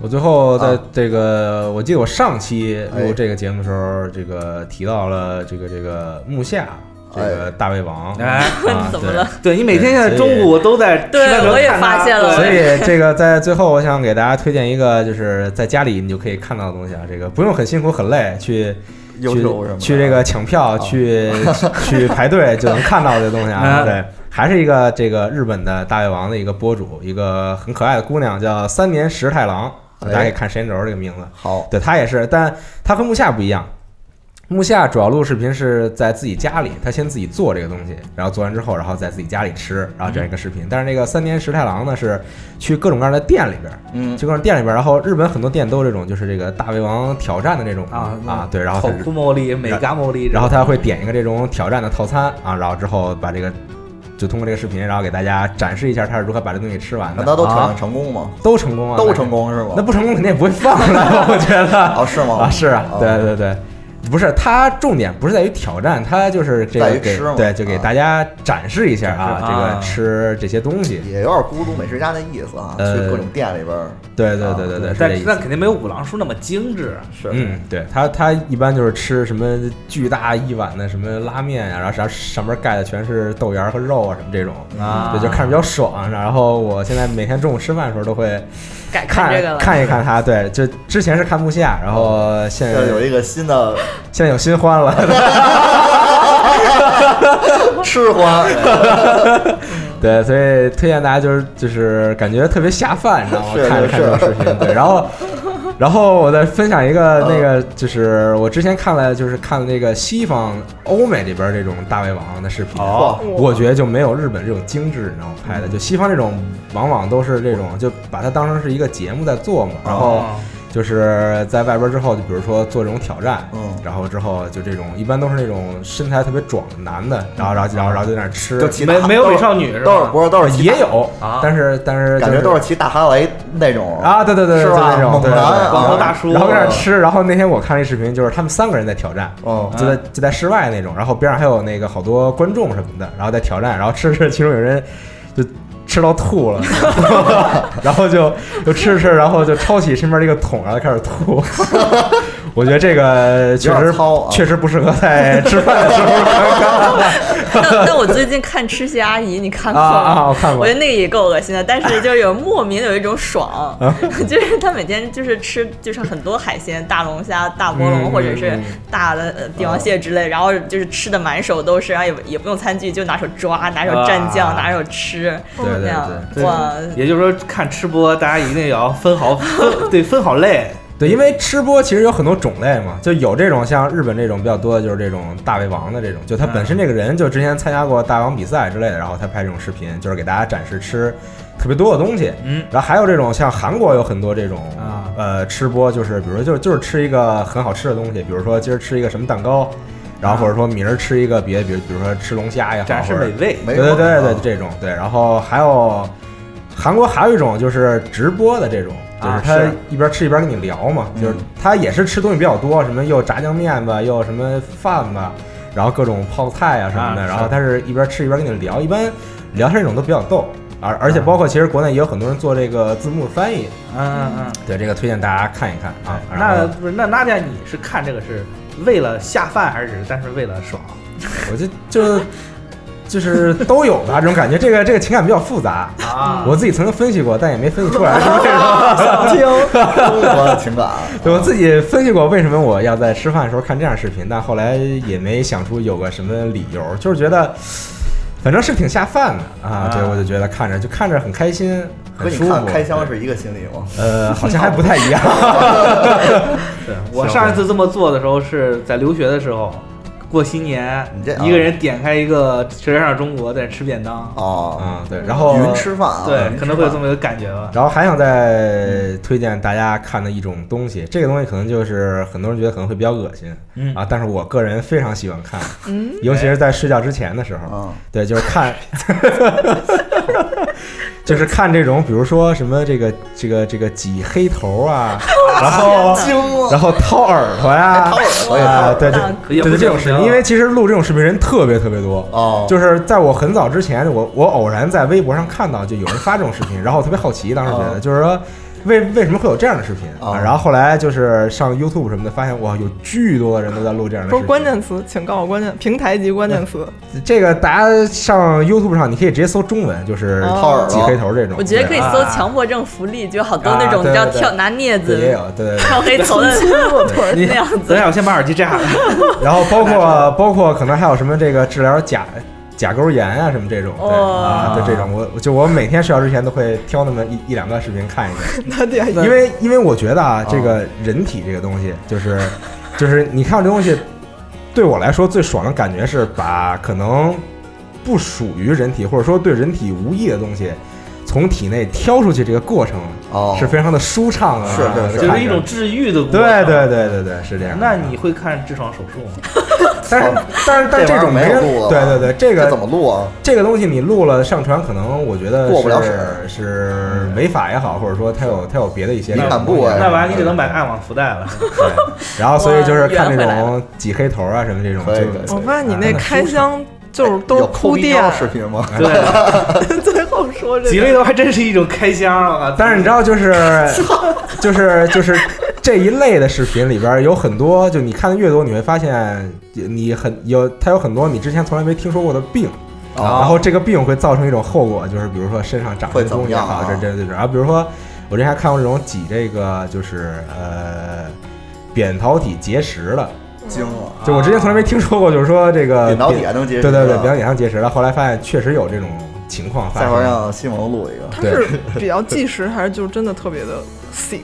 我最后
啊
在这个，我记得我上期
哎
录这个节目的时候，这个提到了这个这个木下，这个大胃王，
哎
啊
怎么
对
了对你每天现在中午都在
对
吃饭的时候
我也
看他
发现了
所以
对
这个在最后，我想给大家推荐一个，就是在家里你就可以看到的东西啊，这个不用很辛苦很累去。去
YouTube 什么的啊
去这个抢票，去去排队就能看到的东西啊，
啊
对，还是一个这个日本的大胃王的一个博主，一个很可爱的姑娘叫三年石太郎，
哎
大家可以看时间轴这个名字。
好，
对她也是，但她和木下不一样，木下主要录视频是在自己家里，他先自己做这个东西，然后做完之后，然后在自己家里吃，然后这样一个视频。但是那个三年石太郎呢，是去各种各样的店里边，
嗯，
去各种店里边，然后日本很多店都有这种，就是这个大胃王挑战的那种
啊
嗯
啊，对，然后
口
很
库莫利、美嘎莫利，
然后他会点一个这种挑战的套餐啊，然后之后把这个就通过这个视频，然后给大家展示一下他是如何把这东西吃完
那
的。
他都挑
啊
战成功吗？
都成功啊，
都成功是吗？
那不成功肯定也不会放了， 我觉得。
哦，是吗？
啊，是啊
哦，
对对对，不是，它重点不是在于挑战，它就是这
在
个
于
给
吃嘛啊
对，就给大家展示一下
展
啊，
示
这
啊
个吃这些东西。
也有点孤独美食家那意思啊，
呃
去各种店里边儿。
对对对对
啊
对，是这
但
意
是
思
那肯定没有五郎叔那么精致，是
嗯，对他，他一般就是吃什么巨大一碗的什么拉面啊呀、然后啥上面盖的全是豆芽儿和肉啊什么这种，
啊
对，就看着比较爽。然后我现在每天中午吃饭的时候都会
改
看
看这个了，
看一看他，对，就之前是看木下，然后现在
现在有一个新的，
现在有新欢了，
吃哎 欢。
对，所以推荐大家就是就是感觉特别下饭，你知道吗？
是
看着
是
看这种视频，对，然后。然后我再分享一
嗯
个，那个就是我之前看了，就是看了那个西方欧美里边这种大胃王的视频，
哦
我觉得就没有日本这种精致，你知道吗？拍的就西方这种往往都是这种，就把它当成是一个节目在做嘛，然后
哦
就是在外边之后，就比如说做这种挑战，
嗯，
然后之后就这种一般都是那种身材特别壮的男的，然后然后然后然后就在那儿吃，
就骑大都是不是都是骑大
啊也有，但是但是
啊感
就
觉
是
都是骑大哈雷那种
啊，对对对，
是
就
吧？
那种
猛
对
男
对对
啊
对然后在那儿吃。然后那天我看了一视频，就是他们三个人在挑战，
哦
就在就在室外那种，然后边上还有那个好多观众什么的，然后在挑战，然后吃着其中有人就。吃到吐了， 然后就就吃着吃着，然后就抄起身边这个桶，然后开始吐。 我觉得这个确
有
实
点糙啊
确实不适合在吃饭的时候观看。
但但我最近看《吃蟹阿姨》，你看过吗？
啊啊我看过
我觉得那个也够恶心的，但 是就是有莫名有一种爽，就是他每天就是吃就是很多海鲜，大龙虾、大波龙、
嗯啊
或者是
嗯
大的呃帝王蟹之类，然后就是吃的满手都是，然后也也不用餐具，就拿手抓，拿手蘸酱，
啊
拿手吃，
对对
那样
对，
哇。
也就是说看吃播，大家一定也要分好分 对分好类，
对，因为吃播其实有很多种类嘛，就有这种像日本这种比较多的，就是这种大胃王的这种，就他本身这个人就之前参加过大王比赛之类的，然后他拍这种视频，就是给大家展示吃特别多的东西。
嗯，
然后还有这种像韩国有很多这种
啊
呃吃播，就是比如说就是就是吃一个很好吃的东西，比如说今儿吃一个什么蛋糕。然后或者说明儿吃一个别的，比如比如说吃龙虾也好，
展示
或者
美味
对对对对，这种对。然后还有韩国还有一种就是直播的这种，就
啊
是嗯他
是
一边吃一边跟你聊嘛，就是他也是吃东西比较多，什么又炸酱面吧，又什么饭吧，然后各种泡菜啊什么的，
啊是
然后他是一边吃一边跟你聊，一般聊天这种都比较逗，而而且包括其实国内也有很多人做这个字幕翻译，
嗯嗯。
对这个推荐大家看一看啊。然
那
后
不是那娜姐，你是看这个是为了下饭，还是只是单纯为了爽？
我就就就是都有吧，这种感觉，这个这个情感比较复杂
嗯
啊
我自己曾经分析过，但也没分析出来是 为什么。
想听 中国的情感，啊
对我自己分析过为什么我要在吃饭的时候看这样视频，但后来也没想出有个什么理由，就是觉得，反正是挺下饭的啊
啊。
对，我就觉得看着就看着很开心，
和
很
你
舒服
看。开箱是一个心理吗？
呃，好 像还不太一样。
我上一次这么做的时候是在留学的时候，过新年，
这
一个人点开一个《舌尖上的中国》在吃便当。
哦，
嗯，对，然后
云吃饭啊对云吃饭可能会有这么一个感觉吧
然后还想再推荐大家看的一种东西，这个东西可能就是很多人觉得可能会比较恶心，
嗯
啊，但是我个人非常喜欢看，
嗯
尤其是在睡觉之前的时候，对，就是看，就是看这种，比如说什么这个这个这个挤黑头啊，然 后
天哪
然后掏耳朵呀，掏耳
朵也哎掏
啊
耳，
对
朵
对
也不
对，这种
行
事情，因为其实录这种视频人特别特别多
哦
就是在我很早之前，我我偶然在微博上看到就有人发这种视频，然后我特别好奇，当时觉得、
哦
就是说。为为什么会有这样的视频、啊？然后后来就是上 YouTube 什么的，发现哇，有巨多的人都在录这样的
不
视
是
频。
关键词，请告诉我关键平台级关键词。
这个大家上 YouTube 上，你可以直接搜中文，就是
哦掏耳朵
挤黑头这种。
我觉得可以
对
搜
啊
强迫症福利，就好多
啊
那种你
对
知道
对对
跳拿镊
对也
子
有对对对
跳 黑头的
你
那样子。
等一下，我先把耳机摘下来。
然后包括包括可能还有什么这个治疗甲甲沟炎啊什么这种，对
哦
啊，对这种，我就我每天睡觉之前都会挑那么一一两个视频看一看，
那得
因为因为我觉得啊，这个人体这个东西，就是就是你看这东西，对我来说最爽的感觉是把可能不属于人体或者说对人体无益的东西。从体内挑出去这个过程
哦
是非常的舒畅啊，
是是是
就是一种治愈的过程
对对对对对，是这样。
那你会看痔疮手术吗？
但 是但是但是
这玩意儿
种
没
没
有
人
录了
对
吧
对对，这个
这怎么
录啊？
这个东西你录了上传，可能我觉得
过不了
是
审
是违法也好，或者说它有它有别的一些
啊那完了你只能买暗网福袋了。
啊然后所以就是看这
哇圆回
种挤黑头啊什么这种，
可以
就
我发现你那开箱
哎
就是都是铺垫，
频吗？
对， 最后说这个
吉利头还真是一种开箱啊！
但是你知道，就是 就是就是这一类的视频里边有很多，就你看的越多，你会发现你很有它有很多你之前从来没听说过的病。
哦
然后这个病会造成一种后果，就是比如说身上长
会
红
怎么
肿也
样
好
啊，
这这这，然后比如说我之前还看过这种挤这个就是呃扁桃体结石的，
惊了！
就我之前从来没听说过，就是说这个
扁桃体还能结石
呃对对对，
啊
扁桃体还能结石了。后来发现确实有这种情况发
下
生。
回让西蒙录一个。
它
对
是比较计时，还是就真的特别的 sick？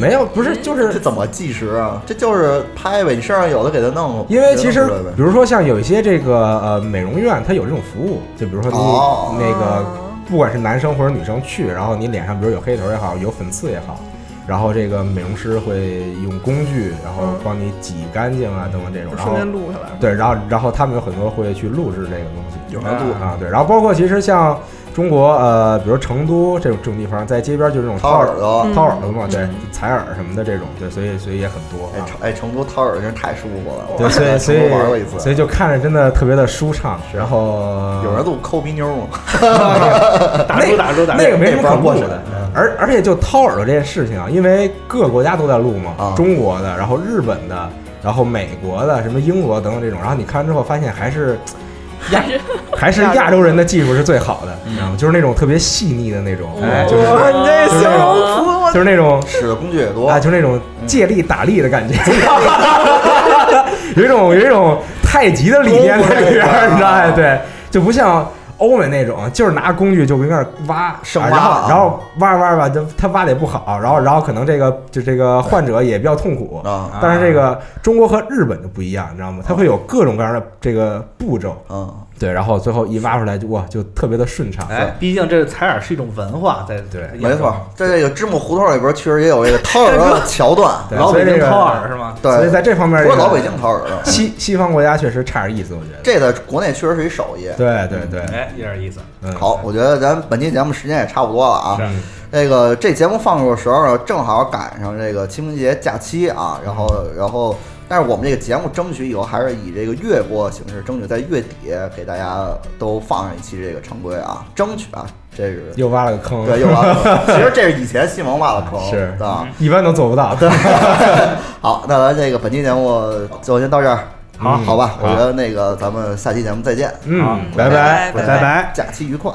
没有，不是，就 是
这怎么计时啊？这就是拍呗，你身上有的给他弄。
因为其
给它
实
弄出来呗，
比如说像有一些这个呃美容院，它有这种服务，就比如说你、
哦
那个
嗯
不管是男生或者女生去，然后你脸上比如有黑头也好，有粉刺也好，然后这个美容师会用工具，然后帮你挤干净啊等等这种，然
顺
后
便录下来。
对，然后然后他们有很多会去录制这个东西，
有人录
啊，对，然后包括其实像中国呃，比如成都这种这种地方，在街边就是这种
掏耳朵
掏耳
嗯
朵嘛，对
嗯，
采耳什么的这种，对，所以所以也很多啊。
哎，成都掏耳真是太舒服了。
对，
我
所以
在
所
成
以
都玩过一次，
所以嗯就看着真的特别的舒畅。然后
有人录抠鼻妞吗？
打住打住
打住
那个没什么可
那
录
不让过
的。嗯而而且就掏耳朵这件事情啊，因为各个国家都在录嘛，中国的，然后日本的，然后美国的，什么英国等等这种，然后你看完之后发现还是亚还是亚洲人的技术是最好的，你知道吗？就是那种特别细腻的那种，哎，就是
哦哇你这
就是那种
形容词我
就是那种
使的工具也多
啊，就是那种
嗯
借力打力的感觉， 有一种有一种太极的理念在里边儿，
哦
你知道哎，对，就不像。欧美那种就是拿工具就跟那儿挖，
生
啊
挖
然
啊
后然后挖着挖着吧，就他挖的也不好，然后然后可能这个就这个患者也比较痛苦。
啊
但是这个中国和日本就不一样，你知道吗？它会有各种各样的这个步骤，
嗯，
对，然后最后一挖出来就哇，就特别的顺畅。
哎，毕竟这采耳是一种文化，在对，
没错，在这个知木胡同里边，确实也有 这个掏耳朵的桥段。
对所以这个
对，
所以在这方面，
不是老北京掏耳朵，
西西方国家确实差点意思，我觉得。
这在国内确实是一手艺。
对对对，嗯
哎，有点意思。
好，我觉得咱本期节目时间也差不多了啊
是。
那个这节目放出的时候呢，正好赶上这个清明节假期啊，然后然后，但是我们这个节目争取以后还是以这个月播的形式，争取在月底给大家都放上一期这个常规啊，争取啊，这是
又挖了个坑，
对，又挖了坑。啊其实这是以前西蒙 挖的坑，
是
啊。
一般都做不到。
好，那咱这个本期节目就先到这儿。
好嗯
好吧，我
好
觉得那个咱们下期节目再见。
嗯
好
拜拜拜拜
假期愉快。